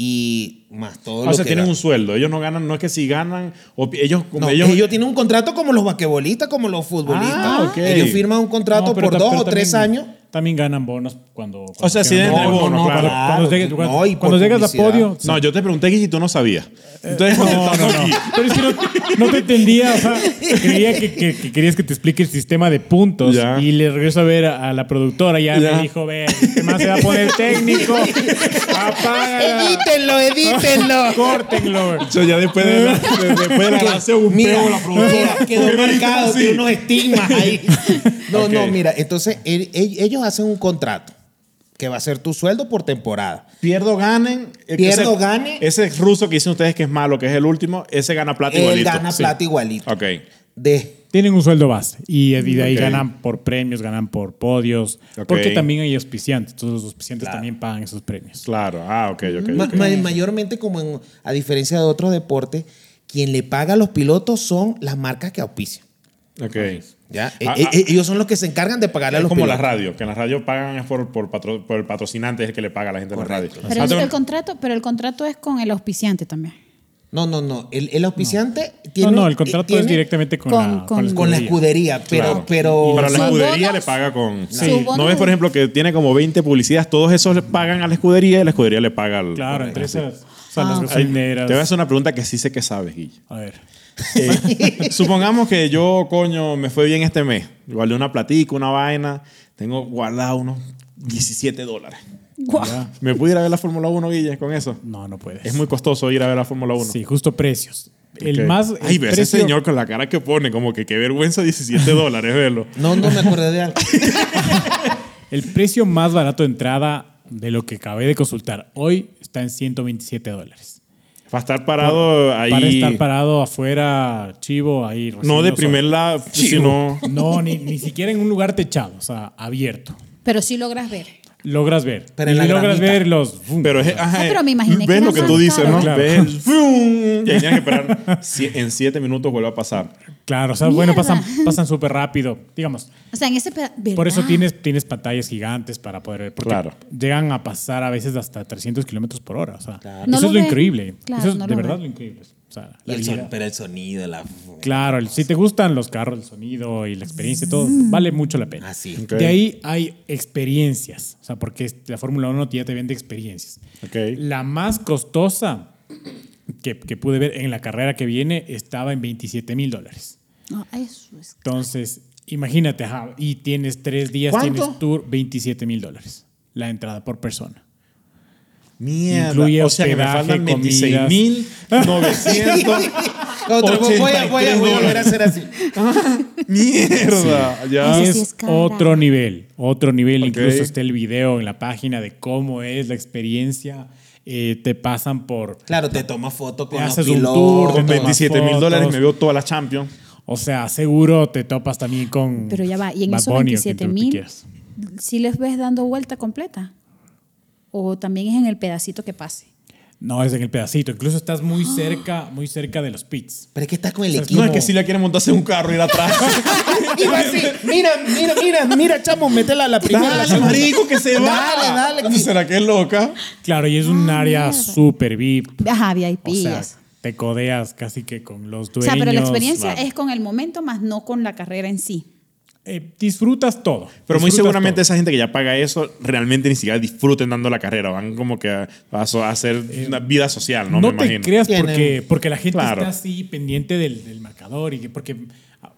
Speaker 3: Y más todo lo
Speaker 4: Ah, o sea,
Speaker 3: que
Speaker 4: tienen
Speaker 3: da.
Speaker 4: un sueldo. Ellos no ganan, no es que si ganan. O, pi- ellos, como
Speaker 3: No,
Speaker 4: ellos,
Speaker 3: ellos, tienen un contrato como los basquetbolistas, como los futbolistas.
Speaker 4: Ah, ok.
Speaker 3: Ellos firman un contrato
Speaker 1: No, pero
Speaker 3: por
Speaker 1: ta-
Speaker 3: dos
Speaker 1: pero
Speaker 3: o tres
Speaker 1: también-
Speaker 3: años.
Speaker 1: También ganan bonos cuando. cuando
Speaker 4: O sea, sí
Speaker 1: quedan-
Speaker 4: deben tener bonos, claro.
Speaker 1: Cuando llegues, cuando-
Speaker 3: No, y
Speaker 1: cuando
Speaker 3: por
Speaker 1: llegas a
Speaker 3: publicidad.
Speaker 1: podio.
Speaker 4: No, yo te pregunté, Guille, y tú no sabías.
Speaker 3: <laughs>
Speaker 4: Entonces, <laughs>
Speaker 1: No, no, no.
Speaker 4: aquí.
Speaker 1: Pero es que no, no te entendía. O sea, creía que, que- que querías que te explique el sistema de puntos.
Speaker 4: Ya.
Speaker 1: Y le regreso a ver a, a la productora. Ya,
Speaker 4: Ya.
Speaker 1: me dijo, ve, ¿qué más se va a poner técnico? Apágala.
Speaker 3: Edítenlo, <laughs> edítenlo.
Speaker 1: Córtenlo.
Speaker 4: Yo ya después de la, de- después de la gracia, un
Speaker 3: Mira,
Speaker 4: peo la productora.
Speaker 3: mira, quedó
Speaker 4: ¿Por qué me dijiste
Speaker 3: marcado,
Speaker 4: así?
Speaker 3: tiene unos estigmas ahí.
Speaker 4: <laughs>
Speaker 3: No,
Speaker 4: Ok.
Speaker 3: no, mira, entonces el- el- ellos hacen un contrato que va a ser tu sueldo por temporada.
Speaker 4: Pierdo, ganen. eh,
Speaker 3: Pierdo,
Speaker 4: ese-
Speaker 3: gane.
Speaker 4: Ese ruso que dicen ustedes que es malo, que es el último, ese gana plata
Speaker 3: Él
Speaker 4: igualito.
Speaker 3: gana
Speaker 4: Sí.
Speaker 3: plata igualito.
Speaker 4: Ok.
Speaker 3: De,
Speaker 1: Tienen un sueldo base y, y de ahí
Speaker 4: Ok.
Speaker 1: ganan por premios, ganan por podios,
Speaker 4: Ok.
Speaker 1: porque también hay auspiciantes, entonces los auspiciantes
Speaker 3: Claro.
Speaker 1: también pagan esos premios.
Speaker 4: Claro. Ah, ok, ok.
Speaker 3: ma-
Speaker 4: ok.
Speaker 3: ma- mayormente, como en- a diferencia de otros deportes, quien le paga a los pilotos son las marcas que auspician.
Speaker 4: Ok.
Speaker 3: ¿ya?
Speaker 4: Ah,
Speaker 3: E-
Speaker 4: ah,
Speaker 3: e- ellos son los que se encargan de pagarle a
Speaker 4: Es
Speaker 3: los
Speaker 4: como la
Speaker 3: pilotos.
Speaker 4: radio, que en la radio pagan es por, por, patro- por el patrocinante, es el que le paga a la gente de la radio.
Speaker 3: Correcto.
Speaker 2: Pero
Speaker 4: Ah,
Speaker 2: el,
Speaker 4: tengo-
Speaker 2: el contrato, pero el contrato es con el auspiciante también.
Speaker 3: No, no, no. El, el auspiciante
Speaker 1: No,
Speaker 3: tiene. eh,
Speaker 1: no, el contrato
Speaker 3: tiene-
Speaker 1: es directamente con,
Speaker 2: con-
Speaker 1: la, con,
Speaker 3: Con la escudería, pero.
Speaker 4: Claro.
Speaker 3: pero
Speaker 4: Pero
Speaker 2: Sus
Speaker 4: la escudería
Speaker 2: bonos-
Speaker 4: le paga con.
Speaker 2: Sí.
Speaker 4: Sí.
Speaker 2: Sus
Speaker 4: No ves,
Speaker 2: bonos-
Speaker 4: por ejemplo, que tiene como 20 publicidades, todos esos le pagan a la escudería y la escudería le paga al.
Speaker 1: Claro, entre
Speaker 4: Sí.
Speaker 1: esas. O sea, las
Speaker 2: Ah. Ay,
Speaker 4: Te voy a
Speaker 1: gasolineras.
Speaker 4: hacer una pregunta que sí sé que sabes, Guille.
Speaker 1: A ver. <laughs>
Speaker 4: Eh, <laughs> supongamos que yo, coño, me fue bien este mes. Guardé una platica, una vaina. Tengo guardado unos 17 dólares.
Speaker 2: Guau.
Speaker 1: Ya.
Speaker 4: ¿Me pudiera ver la Fórmula 1, Guille, con eso?
Speaker 1: No, no puedes.
Speaker 4: Es muy costoso ir a ver la Fórmula 1.
Speaker 1: Sí, justo precios. El
Speaker 4: Ok.
Speaker 1: más.
Speaker 4: Ay,
Speaker 1: el
Speaker 4: ve ese
Speaker 1: precio-
Speaker 4: señor con la cara que pone, como que qué
Speaker 1: <laughs>
Speaker 4: vergüenza, 17 dólares verlo.
Speaker 3: No, no me acordé de algo.
Speaker 1: El precio más barato de entrada de lo que acabé de consultar hoy está en 127 dólares.
Speaker 4: Para estar parado ahí.
Speaker 1: Para estar parado afuera, chivo, ahí. recién
Speaker 4: No de
Speaker 1: los-
Speaker 4: primer lado, sino.
Speaker 1: No, ni, ni siquiera en un lugar techado, o sea, abierto.
Speaker 2: Pero sí logras ver.
Speaker 1: Logras ver. y
Speaker 3: Pero en la
Speaker 1: logras
Speaker 3: gramita.
Speaker 1: ver los.
Speaker 4: Pero, es, ajá,
Speaker 2: pero me imaginé que
Speaker 4: ves
Speaker 2: era
Speaker 4: lo que
Speaker 2: más
Speaker 4: tú dices,
Speaker 2: caro.
Speaker 4: ¿no?
Speaker 1: Claro. <laughs>
Speaker 4: Ves el ¡fum! Y ahí tienes que esperar. Si- en 7 minutos vuelve a pasar.
Speaker 1: Claro, o sea, bueno,
Speaker 2: Mierda.
Speaker 1: pasan pasan súper rápido, digamos.
Speaker 2: O sea, en ese peda-
Speaker 1: Por eso
Speaker 2: ¿verdad?
Speaker 1: tienes, tienes pantallas gigantes para poder ver. Porque
Speaker 4: Claro.
Speaker 1: llegan a pasar a veces hasta 300 kilómetros por hora. O sea,
Speaker 3: Claro.
Speaker 1: Eso
Speaker 2: No
Speaker 1: es
Speaker 2: lo
Speaker 1: lo
Speaker 2: ve.
Speaker 1: increíble.
Speaker 2: Claro,
Speaker 1: eso es
Speaker 2: no
Speaker 1: de
Speaker 2: lo
Speaker 1: verdad
Speaker 2: ve.
Speaker 1: lo increíble. O sea,
Speaker 3: Y
Speaker 1: la
Speaker 3: el son-
Speaker 1: habilidad.
Speaker 3: pero el sonido, la.
Speaker 1: Claro, el- si te gustan los carros, el sonido y la experiencia y todo,
Speaker 2: Mm.
Speaker 1: vale mucho la pena.
Speaker 3: Así.
Speaker 4: Ok.
Speaker 1: De ahí hay experiencias. O sea, porque es- la Fórmula 1 ya te vende experiencias.
Speaker 4: Ok.
Speaker 1: La más costosa que, que pude ver en la carrera que viene estaba en 27 mil dólares.
Speaker 2: No, eso es.
Speaker 1: Entonces, imagínate, ajá, y tienes tres días,
Speaker 3: ¿Cuánto?
Speaker 1: tienes tour, 27 mil dólares la entrada por persona.
Speaker 4: Mierda.
Speaker 1: Incluye
Speaker 4: o sea que me
Speaker 1: hospedaje,
Speaker 4: faltan
Speaker 1: comidas.
Speaker 4: <laughs> 26.900.
Speaker 3: Otro, voy, a, voy, a, voy a volver a hacer así.
Speaker 4: Mierda. Ya.
Speaker 1: Y
Speaker 2: Eso
Speaker 1: es,
Speaker 2: sí es cara.
Speaker 1: otro nivel, otro nivel.
Speaker 4: Ah, Ok.
Speaker 1: Incluso está el video en la página de cómo es la experiencia. Eh, te pasan por,
Speaker 3: Claro, te tomas foto con
Speaker 1: Te
Speaker 3: los
Speaker 1: haces un
Speaker 3: pilotos.
Speaker 1: tour
Speaker 4: Con
Speaker 1: Tomas
Speaker 4: 27 mil dólares
Speaker 1: fotos.
Speaker 4: me veo toda la Champions.
Speaker 1: o sea, seguro te topas también con.
Speaker 2: Pero ya va, y en
Speaker 1: Bad
Speaker 2: esos
Speaker 1: Bunny o quien tú
Speaker 2: 27
Speaker 1: te
Speaker 2: mil,
Speaker 1: quieras.
Speaker 2: si les ves dando vuelta completa. O también es en el pedacito que pase.
Speaker 1: No, es en el pedacito. Incluso estás muy cerca, muy cerca de los pits.
Speaker 3: Pero es que estás con el equipo.
Speaker 4: No es que si la quieren montarse en un carro y ir atrás.
Speaker 3: <laughs> Y va así, mira, mira, mira, mira, chamo, métela a la primera. la
Speaker 4: <laughs> dale,
Speaker 3: chamo.
Speaker 4: marico, que se va.
Speaker 3: Dale, dale.
Speaker 4: ¿Será que es loca?
Speaker 1: Claro, y es un
Speaker 2: Ah,
Speaker 1: área
Speaker 2: mierda.
Speaker 1: súper VIP.
Speaker 2: Ajá, VIP.
Speaker 1: O sea, te codeas casi que con los
Speaker 2: O
Speaker 1: dueños.
Speaker 2: sea, pero la experiencia
Speaker 4: claro.
Speaker 2: es con el momento, más no con la carrera en sí.
Speaker 1: Eh, disfrutas todo.
Speaker 4: Pero muy
Speaker 1: disfrutas
Speaker 4: seguramente
Speaker 1: todo.
Speaker 4: esa gente que ya paga eso realmente ni siquiera disfruten dando la carrera. Van como que a, a so- a hacer una vida social, Eh, ¿no?
Speaker 1: No,
Speaker 4: Me
Speaker 1: te
Speaker 4: imagino.
Speaker 1: creas
Speaker 3: Tienen-
Speaker 1: porque, porque la gente
Speaker 4: Claro.
Speaker 1: está así pendiente del, del marcador y que porque,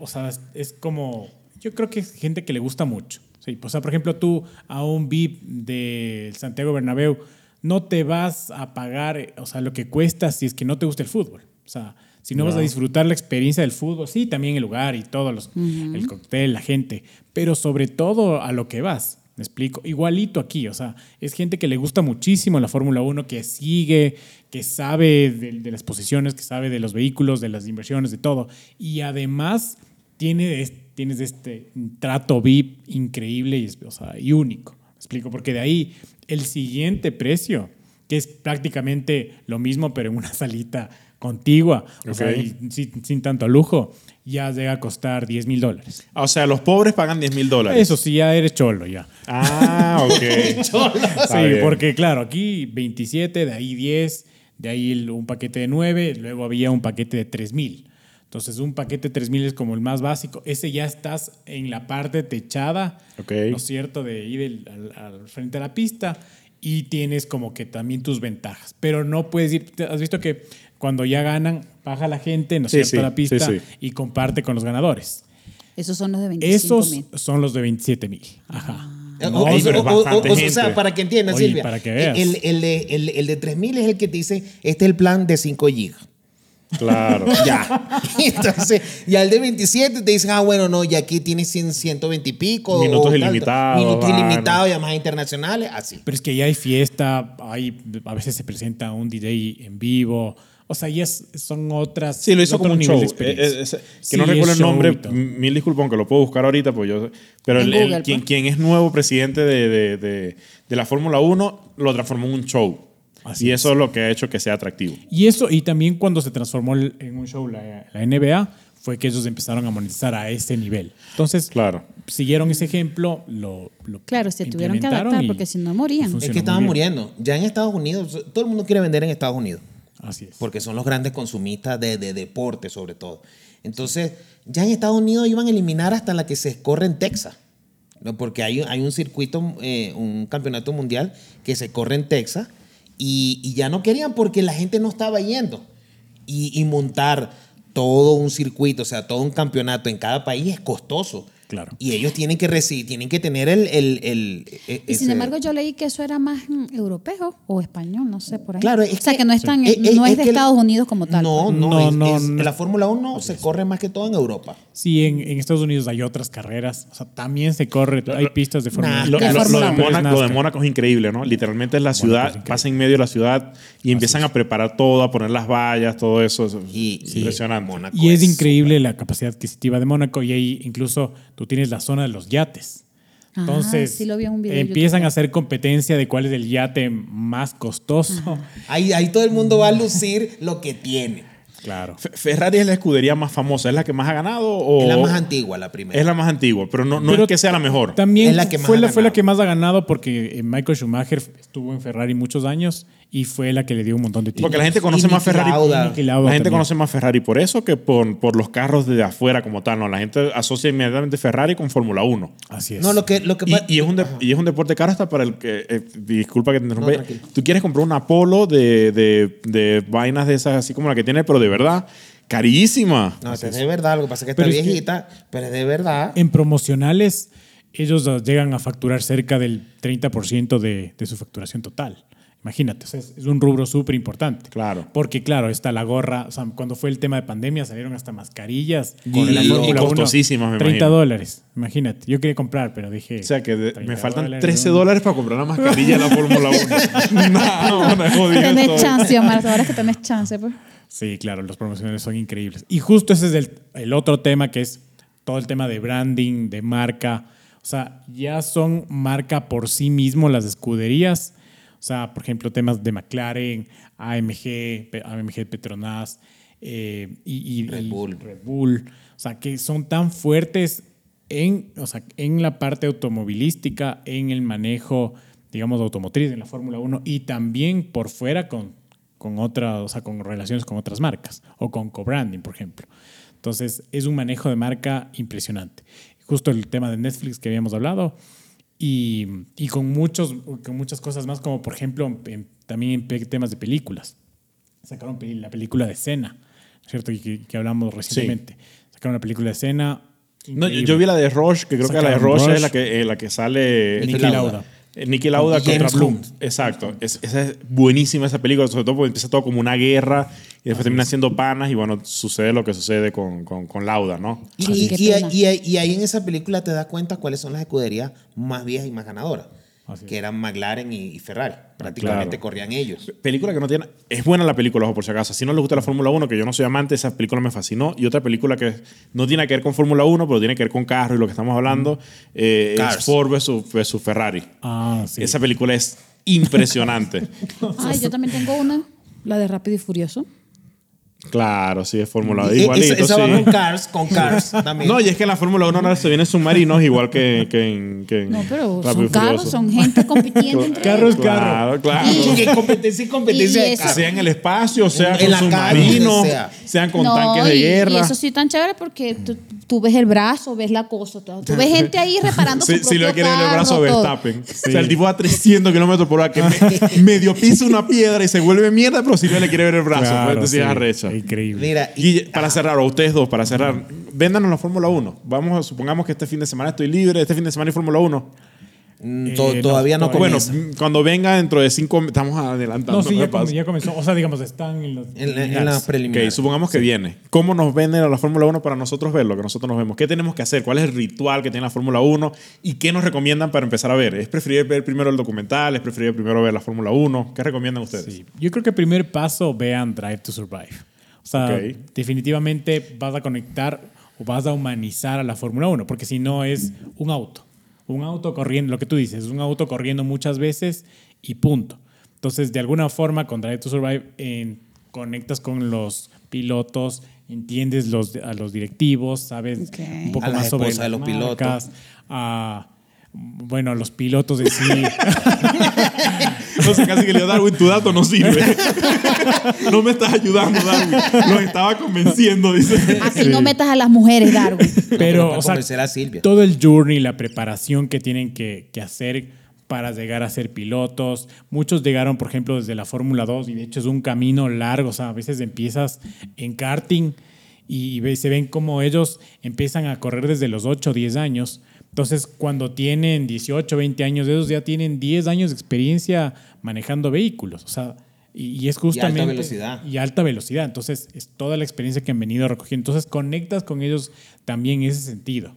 Speaker 1: o sea, es- es como, yo creo que es gente que le gusta mucho. Sí, o sea, por ejemplo, tú a un VIP de Santiago Bernabéu no te vas a pagar, eh, o sea, lo que cuesta si es que no te gusta el fútbol. O sea, si no, vas a disfrutar la experiencia del fútbol, sí, también el lugar y todos los, el cóctel, la gente, pero sobre todo a lo que vas. Me explico. Igualito aquí, o sea, es gente que le gusta muchísimo la Fórmula 1, que sigue, que sabe de, de las posiciones, que sabe de los vehículos, de las inversiones, de todo. Y además tiene, es- tienes este trato VIP increíble y, es- o sea, y único. Me explico, porque de ahí el siguiente precio, que es prácticamente lo mismo, pero en una salita contigua, o sea,
Speaker 4: Ok.
Speaker 1: y sin, sin tanto lujo, ya llega a costar 10 mil dólares.
Speaker 4: O sea, los pobres pagan 10 mil dólares.
Speaker 1: Eso sí, ya eres cholo, ya.
Speaker 4: Ah, <laughs> ok.
Speaker 1: <laughs>
Speaker 4: Está
Speaker 1: sí,
Speaker 4: bien.
Speaker 1: porque claro, aquí 27, de ahí 10, de ahí el- un paquete de 9, luego había un paquete de 3000. Entonces, un paquete de 3000 es como el más básico. Ese ya estás en la parte techada,
Speaker 4: Ok.
Speaker 1: ¿no es cierto? De ir del- al, al frente a la pista y tienes como que también tus ventajas. Pero no puedes ir. ¿te- Has visto que cuando ya ganan, baja la gente, ¿no es
Speaker 4: Sí,
Speaker 1: cierto?
Speaker 4: sí,
Speaker 1: a la pista
Speaker 4: sí, sí.
Speaker 1: y comparte con los ganadores.
Speaker 2: Esos son los de 25
Speaker 1: Esos
Speaker 2: mil.
Speaker 1: son los de 27 mil. Ajá.
Speaker 3: O,
Speaker 4: No,
Speaker 3: o- o-
Speaker 4: pero es
Speaker 3: o-
Speaker 4: bastante
Speaker 3: o- o- o
Speaker 4: gente.
Speaker 3: sea, para que entiendas,
Speaker 1: Oye,
Speaker 3: Silvia.
Speaker 1: para que veas.
Speaker 3: El, el de, el, el de 3000 es el que te dice: Este es el plan de 5 gigas.
Speaker 4: Claro.
Speaker 3: Ya. <laughs> Entonces, ya el de 27 te dicen, ah, bueno, no, y aquí tienes 100, 120 y pico. o
Speaker 4: Minutos
Speaker 3: tanto.
Speaker 4: ilimitados,
Speaker 3: Minutos
Speaker 4: vaina.
Speaker 3: ilimitados, llamadas internacionales, así.
Speaker 1: Pero es que ya hay fiesta, hay, a veces se presenta un DJ en vivo. O sea, ya es- son otras.
Speaker 4: Sí, lo hizo
Speaker 1: otro
Speaker 4: como un
Speaker 1: nivel
Speaker 4: show.
Speaker 1: de
Speaker 4: Eh,
Speaker 1: experiencia.
Speaker 4: eh, es- que no
Speaker 1: Sí, es
Speaker 4: recuerdo el
Speaker 1: show
Speaker 4: nombre,
Speaker 1: y todo.
Speaker 4: m- mil disculpas, aunque lo puedo buscar ahorita, pues yo. Pero
Speaker 2: En
Speaker 4: el- el-
Speaker 2: Google,
Speaker 4: quien,
Speaker 2: pues.
Speaker 4: quien es nuevo presidente de, de- de- de la Fórmula 1 lo transformó en un show.
Speaker 1: Así
Speaker 4: y
Speaker 1: es.
Speaker 4: eso es lo que ha hecho que sea atractivo.
Speaker 1: Y eso, y también cuando se transformó el- en un show la, la NBA, fue que ellos empezaron a monetizar a ese nivel. Entonces,
Speaker 4: Claro.
Speaker 1: siguieron ese ejemplo, lo. lo
Speaker 2: Claro, se tuvieron que
Speaker 1: implementaron
Speaker 2: adaptar
Speaker 1: y-
Speaker 2: porque si no
Speaker 1: y
Speaker 2: morían.
Speaker 1: funcionó
Speaker 3: Es que estaban
Speaker 1: muy bien.
Speaker 3: muriendo. Ya en Estados Unidos, todo el mundo quiere vender en Estados Unidos.
Speaker 1: Así es.
Speaker 3: porque son los grandes consumistas de, de deporte sobre todo. Entonces, ya en Estados Unidos iban a eliminar hasta la que se corre en Texas, ¿no? porque hay, hay un circuito, eh, un campeonato mundial que se corre en Texas y, y ya no querían porque la gente no estaba yendo. Y, y montar todo un circuito, o sea, todo un campeonato en cada país es costoso.
Speaker 1: Claro.
Speaker 3: Y ellos tienen que recibir, tienen que tener el... el, el e-
Speaker 2: Y sin
Speaker 3: ese-
Speaker 2: embargo, yo leí que eso era más mm, europeo o español, no sé, por ahí.
Speaker 3: Claro, es
Speaker 2: o sea, que,
Speaker 3: que-
Speaker 2: no, están,
Speaker 3: Eh, eh,
Speaker 2: no es, de
Speaker 3: que-
Speaker 2: Estados Unidos como tal.
Speaker 3: No,
Speaker 2: pues.
Speaker 3: no,
Speaker 1: No,
Speaker 3: es-
Speaker 1: no,
Speaker 3: es-
Speaker 1: no.
Speaker 3: la Fórmula 1 se corre más que todo en Europa.
Speaker 1: Sí, en, en Estados Unidos hay otras carreras. O sea, también se corre,
Speaker 4: Lo-
Speaker 1: hay
Speaker 4: lo-
Speaker 1: pistas de Ah, Fórmula
Speaker 3: Nah,
Speaker 4: Lo,
Speaker 1: uno,
Speaker 4: lo-
Speaker 1: pero
Speaker 4: lo
Speaker 1: es
Speaker 4: de
Speaker 1: NASCAR.
Speaker 4: Mónaco, lo de Mónaco es increíble, ¿no? Literalmente es la
Speaker 1: es
Speaker 4: ciudad,
Speaker 1: increíble.
Speaker 4: pasa en medio de la ciudad y empiezan a preparar todo, a poner las vallas, todo eso. eso es
Speaker 3: Y, y
Speaker 4: impresionante.
Speaker 3: Mónaco
Speaker 1: Y es
Speaker 2: Pues,
Speaker 3: es-
Speaker 1: increíble la capacidad adquisitiva de Mónaco y ahí incluso tú tienes la zona de los yates.
Speaker 2: Ah,
Speaker 1: Entonces
Speaker 2: sí lo vi en un video de
Speaker 1: empiezan
Speaker 2: YouTube.
Speaker 1: a hacer competencia de cuál es el yate más costoso.
Speaker 3: Ahí, ahí todo el mundo va a lucir lo que tiene.
Speaker 1: Claro.
Speaker 4: Fe- Ferrari es la escudería más famosa, es la que más ha ganado o
Speaker 3: Es la más antigua, la primera.
Speaker 4: Oh. Es la más antigua, pero no, no
Speaker 1: Pero
Speaker 4: es que sea la mejor.
Speaker 1: También
Speaker 3: Es la que más
Speaker 1: fue,
Speaker 3: ha
Speaker 1: la, fue
Speaker 3: ganado.
Speaker 1: la que más ha ganado porque eh, Michael Schumacher estuvo en Ferrari muchos años y fue la que le dio un montón de títulos.
Speaker 4: Porque la gente conoce
Speaker 3: Nicky
Speaker 4: más Ferrari.
Speaker 3: Lauda.
Speaker 1: Niki
Speaker 4: La
Speaker 1: Lauda
Speaker 4: gente
Speaker 1: también.
Speaker 4: conoce más Ferrari por eso que por, por los carros de afuera como tal. No, la gente asocia inmediatamente Ferrari con Fórmula 1.
Speaker 1: Así es.
Speaker 3: No, lo que, lo que
Speaker 4: Y,
Speaker 3: pa-
Speaker 4: y es un de- y es un deporte caro hasta para el que. eh, disculpa que te interrumpa.
Speaker 3: tranquilo.
Speaker 4: Tú quieres comprar un Apolo de, de, de vainas de esas, así como la que tiene, pero de verdad, carísima.
Speaker 3: No, esta es de verdad. Lo que pasa es que está
Speaker 1: Pero es que-
Speaker 3: viejita, pero es de verdad.
Speaker 4: Eh,
Speaker 1: En promocionales, ellos ah, llegan a facturar cerca del 30% de, de su facturación total. Imagínate, o sea, es es un rubro súper importante.
Speaker 4: Claro.
Speaker 1: Porque, claro, está la gorra. o sea, cuando fue el tema de pandemia, salieron hasta mascarillas.
Speaker 4: Y-
Speaker 1: la
Speaker 4: y
Speaker 1: Fórmula Uno,
Speaker 4: costosísimas, me
Speaker 1: 30
Speaker 4: imagino.
Speaker 1: dólares. Imagínate. Yo quería comprar, pero dije.
Speaker 4: O sea que de- me
Speaker 1: 30
Speaker 4: faltan
Speaker 1: dólares,
Speaker 4: 13
Speaker 1: ¿no?
Speaker 4: dólares para comprar la mascarilla de la Fórmula 1. no, no, es jodido todo.
Speaker 2: Tenés chance, Omar, ahora es que tenés chance. Pues.
Speaker 1: Sí, claro, los promocionales son increíbles. Y justo ese es el, el otro tema que es todo el tema de branding, de marca. O sea, ya son marca por sí mismo las escuderías. O sea, por ejemplo, temas de McLaren, AMG, Pe- AMG Petronas eh, y, y-
Speaker 3: Red
Speaker 1: y
Speaker 3: Bull.
Speaker 1: Red Bull. O sea, que son tan fuertes en, o sea, en la parte automovilística, en el manejo, digamos, automotriz, en la Fórmula 1 y también por fuera con, con otras, o sea, con relaciones con otras marcas o con co-branding, por ejemplo. Entonces, es un manejo de marca impresionante. Justo el tema de Netflix que habíamos hablado y, y con, muchos, con muchas cosas más, como por ejemplo en- también en pe- temas de películas sacaron peli- la película de escena, ¿cierto? Y que, que hablamos recientemente. Sacaron la película de escena.
Speaker 4: No, yo, yo vi la de Roche, que creo que la de
Speaker 1: Sacaron
Speaker 4: Roche, es
Speaker 1: Rush.
Speaker 4: la que, eh, la que sale.
Speaker 1: Niki
Speaker 3: Lauda.
Speaker 1: Lauda.
Speaker 4: Eh, Niki Lauda
Speaker 3: Y James
Speaker 4: contra Bloom.
Speaker 3: Hunt.
Speaker 4: Exacto. Es, esa es buenísima esa película, sobre todo porque empieza todo como una guerra y después termina siendo panas y bueno, sucede lo que sucede con, con, con Lauda, ¿no?
Speaker 3: Y,
Speaker 2: Así
Speaker 3: y-
Speaker 2: que
Speaker 3: y-
Speaker 2: pena.
Speaker 3: y- y- y ahí en esa película te das cuenta cuáles son las escuderías más viejas y más ganadoras.
Speaker 1: Así es.
Speaker 3: que eran McLaren y, y Ferrari. Prácticamente
Speaker 4: Ah, Claro.
Speaker 3: corrían ellos.
Speaker 4: Película que no tiene. Es buena la película, ojo, por si acaso. Si no les gusta la Fórmula 1, que yo no soy amante, esa película me fascinó. Y otra película que no tiene que ver con Fórmula 1, pero tiene que ver con carro y lo que estamos hablando, eh, es
Speaker 3: Cars.
Speaker 4: Ford versus, versus Ferrari.
Speaker 1: Ah, sí.
Speaker 4: Esa película es
Speaker 3: <laughs>
Speaker 4: impresionante.
Speaker 2: Ay, yo también tengo una, la de Rápido y Furioso.
Speaker 4: Claro, sí, es Fórmula
Speaker 3: Y- e,
Speaker 4: igualito,
Speaker 3: esa esa va
Speaker 4: sí.
Speaker 3: con Cars, con
Speaker 4: <laughs>
Speaker 3: Cars también.
Speaker 4: No, y es que en la Fórmula 1 ahora se vienen submarinos igual que, que en, que en
Speaker 2: No, pero
Speaker 4: Rápido y
Speaker 2: son carros,
Speaker 4: Furioso.
Speaker 2: son gente
Speaker 4: <laughs>
Speaker 2: compitiendo entre
Speaker 1: Carro es carro.
Speaker 4: Claro, claro.
Speaker 3: <laughs> Y que competencia y competencia
Speaker 2: Y
Speaker 3: de
Speaker 2: eso-
Speaker 3: carros.
Speaker 4: Sea en el espacio, sea
Speaker 3: En
Speaker 4: con
Speaker 3: la calle,
Speaker 4: submarinos,
Speaker 3: donde sea.
Speaker 4: sean con
Speaker 2: No,
Speaker 4: tanques de
Speaker 2: y- Y
Speaker 4: guerra.
Speaker 2: eso sí tan chévere porque tú, tú ves el brazo, ves la cosa, todo. tú
Speaker 4: <laughs>
Speaker 2: ves gente ahí reparando su
Speaker 4: Sí, sí,
Speaker 2: propio
Speaker 4: lo quieren en el
Speaker 2: carro,
Speaker 4: brazo
Speaker 2: todo.
Speaker 4: Verstappen. O sea, el tipo a 300 kilómetros por hora
Speaker 2: <laughs>
Speaker 4: que me- medio pisa una piedra y se vuelve mierda, pero si no le quiere ver el brazo.
Speaker 1: Claro,
Speaker 4: pues, entonces es
Speaker 1: sí.
Speaker 4: arrecha.
Speaker 1: Increíble.
Speaker 3: Mira, y-
Speaker 4: Guille, para cerrar, o ustedes dos, para cerrar, véndanos la Fórmula 1. Vamos, a- supongamos que este fin de semana estoy libre, este fin de semana hay Fórmula 1.
Speaker 3: mm, to-
Speaker 1: Eh, no,
Speaker 3: todavía no,
Speaker 1: todavía-
Speaker 4: Bueno,
Speaker 3: comienza.
Speaker 4: mm, cuando venga dentro de cinco, estamos
Speaker 1: No,
Speaker 4: adelantando.
Speaker 1: sí,
Speaker 4: ¿no?
Speaker 1: ya, com-
Speaker 4: Paso.
Speaker 1: ya comenzó. O sea, digamos, están en los.
Speaker 3: en, la- en
Speaker 1: finales.
Speaker 3: las preliminares.
Speaker 4: Ok, supongamos que viene. ¿Cómo nos venden a la Fórmula 1 para nosotros verlo, que nosotros nos vemos? ¿Qué tenemos que hacer? ¿Cuál es el ritual que tiene la Fórmula 1? ¿Y qué nos recomiendan para empezar a ver? ¿Es preferir ver primero el documental? ¿Es preferir primero ver la Fórmula 1? ¿Qué recomiendan ustedes? <laughs>
Speaker 1: Sí. Yo creo que primer paso, vean Drive to Survive. O sea,
Speaker 4: Ok.
Speaker 1: definitivamente vas a conectar o vas a humanizar a la Fórmula 1, porque si no es un auto. Un auto corriendo, lo que tú dices, es un auto corriendo muchas veces y punto. Entonces, de alguna forma, con Drive to Survive eh, conectas con los pilotos, entiendes los, a los directivos, sabes
Speaker 2: Ok.
Speaker 1: un poco
Speaker 3: A las
Speaker 1: más sobre
Speaker 3: esposas de
Speaker 1: las
Speaker 3: los pilotos.
Speaker 1: marcas, a- bueno, a los pilotos en
Speaker 3: <laughs>
Speaker 1: sí.
Speaker 4: Entonces casi que le digo, Darwin, tu dato
Speaker 1: <laughs>
Speaker 4: no sirve. <laughs> no me estás ayudando, Darwin. Los estaba convenciendo, dice.
Speaker 2: Así no metas a las mujeres, Darwin.
Speaker 1: pero,
Speaker 3: para
Speaker 1: o sea,
Speaker 3: convencer a Silvia.
Speaker 1: todo el journey, la preparación que tienen que, que hacer para llegar a ser pilotos. Muchos llegaron, por ejemplo, desde la Fórmula 2 y de hecho es un camino largo. O sea, a veces empiezas en karting y ve- se ven como ellos empiezan a correr desde los 8 o 10 años. Entonces, cuando tienen 18, 20 años, ellos ya tienen 10 años de experiencia manejando vehículos. O sea, y, y es justamente...
Speaker 3: velocidad.
Speaker 1: Y alta velocidad. Entonces, es toda la experiencia que han venido recogiendo. Entonces, conectas con ellos también en ese sentido.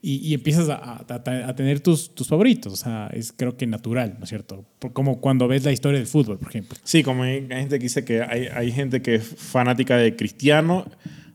Speaker 1: Y, y empiezas a, a- a- a tener tus, tus favoritos. O sea, es creo que natural, ¿no es cierto? Por- como cuando ves la historia del fútbol, por ejemplo.
Speaker 4: Sí, como hay, hay gente que dice que hay, hay gente que es fanática de Cristiano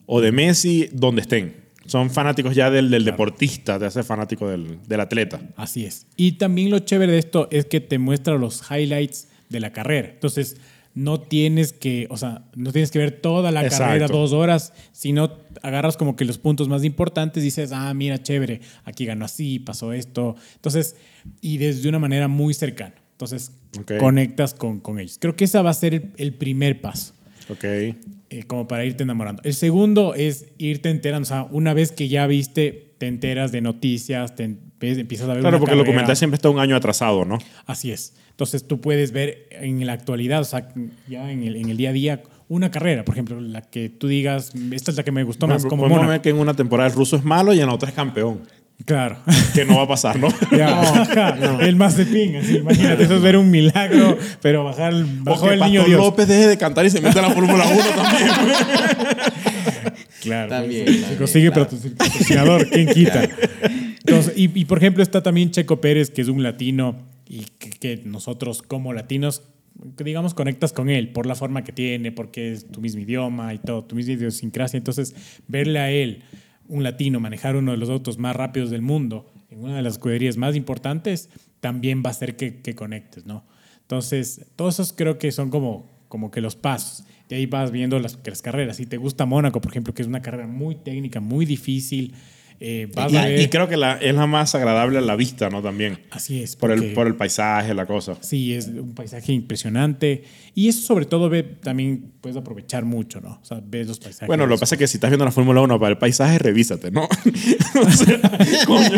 Speaker 4: o de Messi, donde estén. Son fanáticos ya del, del deportista, te hace fanático del, del atleta.
Speaker 1: Así es. Y también lo chévere de esto es que te muestra los highlights de la carrera. Entonces, no tienes que, o sea, no tienes que ver toda la
Speaker 4: Exacto.
Speaker 1: carrera dos horas, sino agarras como que los puntos más importantes, dices, ah, mira, chévere, aquí ganó así, pasó esto. Entonces, y desde una manera muy cercana. Entonces,
Speaker 4: Ok.
Speaker 1: conectas con, con ellos. Creo que ese va a ser el- el primer paso
Speaker 4: Ok.
Speaker 1: eh, como para irte enamorando. El segundo es irte enterando. O sea, una vez que ya viste, te enteras de noticias, te en- ves- empiezas a ver.
Speaker 4: Claro,
Speaker 1: una
Speaker 4: porque el
Speaker 1: carrera.
Speaker 4: documental siempre está un año atrasado, ¿no?
Speaker 1: Así es. Entonces tú puedes ver en la actualidad, o sea, ya en el, en el día a día, una carrera, por ejemplo, la que tú digas, esta es la que me gustó más,
Speaker 4: Bueno,
Speaker 1: como
Speaker 4: podemos
Speaker 1: Mónaco.
Speaker 4: ver que en una temporada el ruso es malo y en la otra es campeón. <laughs>
Speaker 1: Claro. <laughs>
Speaker 4: Que no va a pasar, ¿no?
Speaker 1: Ya. Ajá. El más de así, imagínate, eso es ver un milagro, pero bajar,
Speaker 4: O
Speaker 1: <laughs> bajó
Speaker 4: que
Speaker 1: el niño
Speaker 4: Pastor
Speaker 1: Dios.
Speaker 4: López deje de cantar y se mete a la Fórmula 1 también.
Speaker 1: Claro.
Speaker 3: También,
Speaker 1: Se
Speaker 3: también,
Speaker 1: consigue
Speaker 3: claro.
Speaker 1: patro- patrocinador, ¿quién quita? Entonces, y, y, por ejemplo está también Checo Pérez, que es un latino y que, que nosotros como latinos, que digamos, conectas con él por la forma que tiene, porque es tu mismo idioma y todo, tu misma idiosincrasia. Entonces, verle a él, un latino, manejar uno de los autos más rápidos del mundo en una de las escuderías más importantes, también va a hacer que, que conectes, ¿no? Entonces, todos esos creo que son como, como que los pasos. De ahí vas viendo las, que las carreras. Si te gusta Mónaco, por ejemplo, que es una carrera muy técnica, muy difícil, eh, vas a ver.
Speaker 4: Y, y creo que la- es la más agradable a la vista, ¿no? También.
Speaker 1: Así es.
Speaker 4: Por el,
Speaker 1: porque-
Speaker 4: por el paisaje, la cosa.
Speaker 1: Sí, es un paisaje impresionante. Y eso, sobre todo, ve, también puedes aprovechar mucho, ¿no? O sea, ves los paisajes.
Speaker 4: Bueno, lo que pasa es que si estás viendo la Fórmula 1 para el paisaje, revísate, ¿no? <laughs> o sea,
Speaker 1: <laughs>
Speaker 4: coño,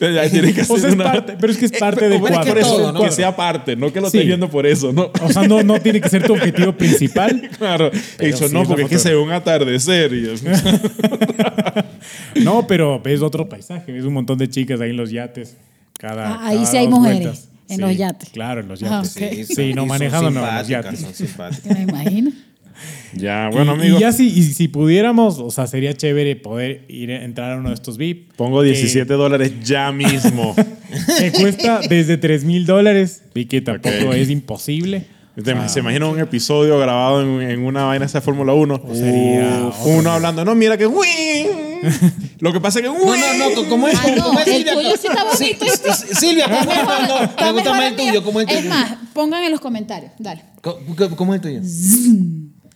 Speaker 4: ya tienes que hacer
Speaker 1: O sea, es
Speaker 4: una-
Speaker 1: parte, pero es que es
Speaker 3: Eh,
Speaker 1: parte
Speaker 3: pero
Speaker 1: del
Speaker 3: bueno, es que
Speaker 1: cuadro.
Speaker 4: Por eso,
Speaker 3: todo, ¿no?
Speaker 4: que sea parte, no que lo
Speaker 1: Sí. Oh.
Speaker 4: estés viendo por eso, ¿no?
Speaker 1: O sea, no, no tiene que ser tu objetivo principal.
Speaker 4: <laughs> Claro, he dicho,
Speaker 1: sí
Speaker 4: no,
Speaker 1: es la
Speaker 4: porque es que
Speaker 1: fotografía.
Speaker 4: se ve un atardecer. y
Speaker 1: <laughs>
Speaker 4: es-
Speaker 1: No, pero ves otro paisaje. Ves un montón de chicas ahí en los yates. Cada,
Speaker 2: Ah, ahí
Speaker 1: cada
Speaker 2: sí hay
Speaker 1: dos
Speaker 2: mujeres,
Speaker 1: vueltas.
Speaker 2: en los yates.
Speaker 1: Claro, en los
Speaker 2: Ah,
Speaker 1: yates.
Speaker 2: ok. Sí,
Speaker 1: Sí, no, manejando no, los yates.
Speaker 2: <laughs>
Speaker 3: Son simpáticas.
Speaker 2: Me imagino.
Speaker 4: ya, bueno,
Speaker 1: Y-
Speaker 4: amigos.
Speaker 1: Y ya si, y si pudiéramos, o sea, sería chévere poder ir a entrar a uno de estos VIP.
Speaker 4: Pongo
Speaker 1: que-
Speaker 4: 17 dólares ya
Speaker 1: <laughs>
Speaker 4: mismo. Este,
Speaker 1: Que cuesta desde 3 mil dólares y que tampoco
Speaker 4: Ok.
Speaker 1: es imposible. Ah,
Speaker 4: ¿Te- ¿Se imagina un episodio grabado en, en una vaina esa de Fórmula 1?
Speaker 1: sería
Speaker 4: Uf, uno hablando, no, mira
Speaker 1: <laughs>
Speaker 4: que... "Uin". Lo que pasa es que...
Speaker 3: No, no, no, ¿cómo es?
Speaker 2: Ah, no,
Speaker 3: ¿Cómo es,
Speaker 2: el
Speaker 3: Silvia?
Speaker 2: tuyo sí está bonito.
Speaker 3: Pues, Sí, sí, sí, Silvia, ¿cómo es? No, no,
Speaker 2: Está
Speaker 3: me gusta
Speaker 2: mejor
Speaker 3: más el tuyo, ¿cómo es el
Speaker 2: Es
Speaker 3: tuyo?
Speaker 2: más, pongan en los comentarios. Dale.
Speaker 3: ¿Cómo- cómo- ¿Cómo es el tuyo?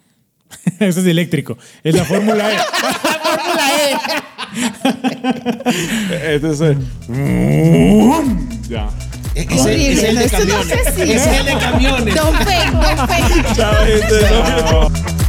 Speaker 1: <laughs> Eso es eléctrico. Es la Fórmula E.
Speaker 3: eh.
Speaker 1: <laughs>
Speaker 4: Entonces... Este, <laughs> ya.
Speaker 3: E- Ese ese es el de
Speaker 2: Horrible, eso Este no
Speaker 3: camiones.
Speaker 2: sé si-
Speaker 3: Ese es el de camiones.
Speaker 2: Don Fe, Don Fe.
Speaker 4: Chao, gente, ¿no?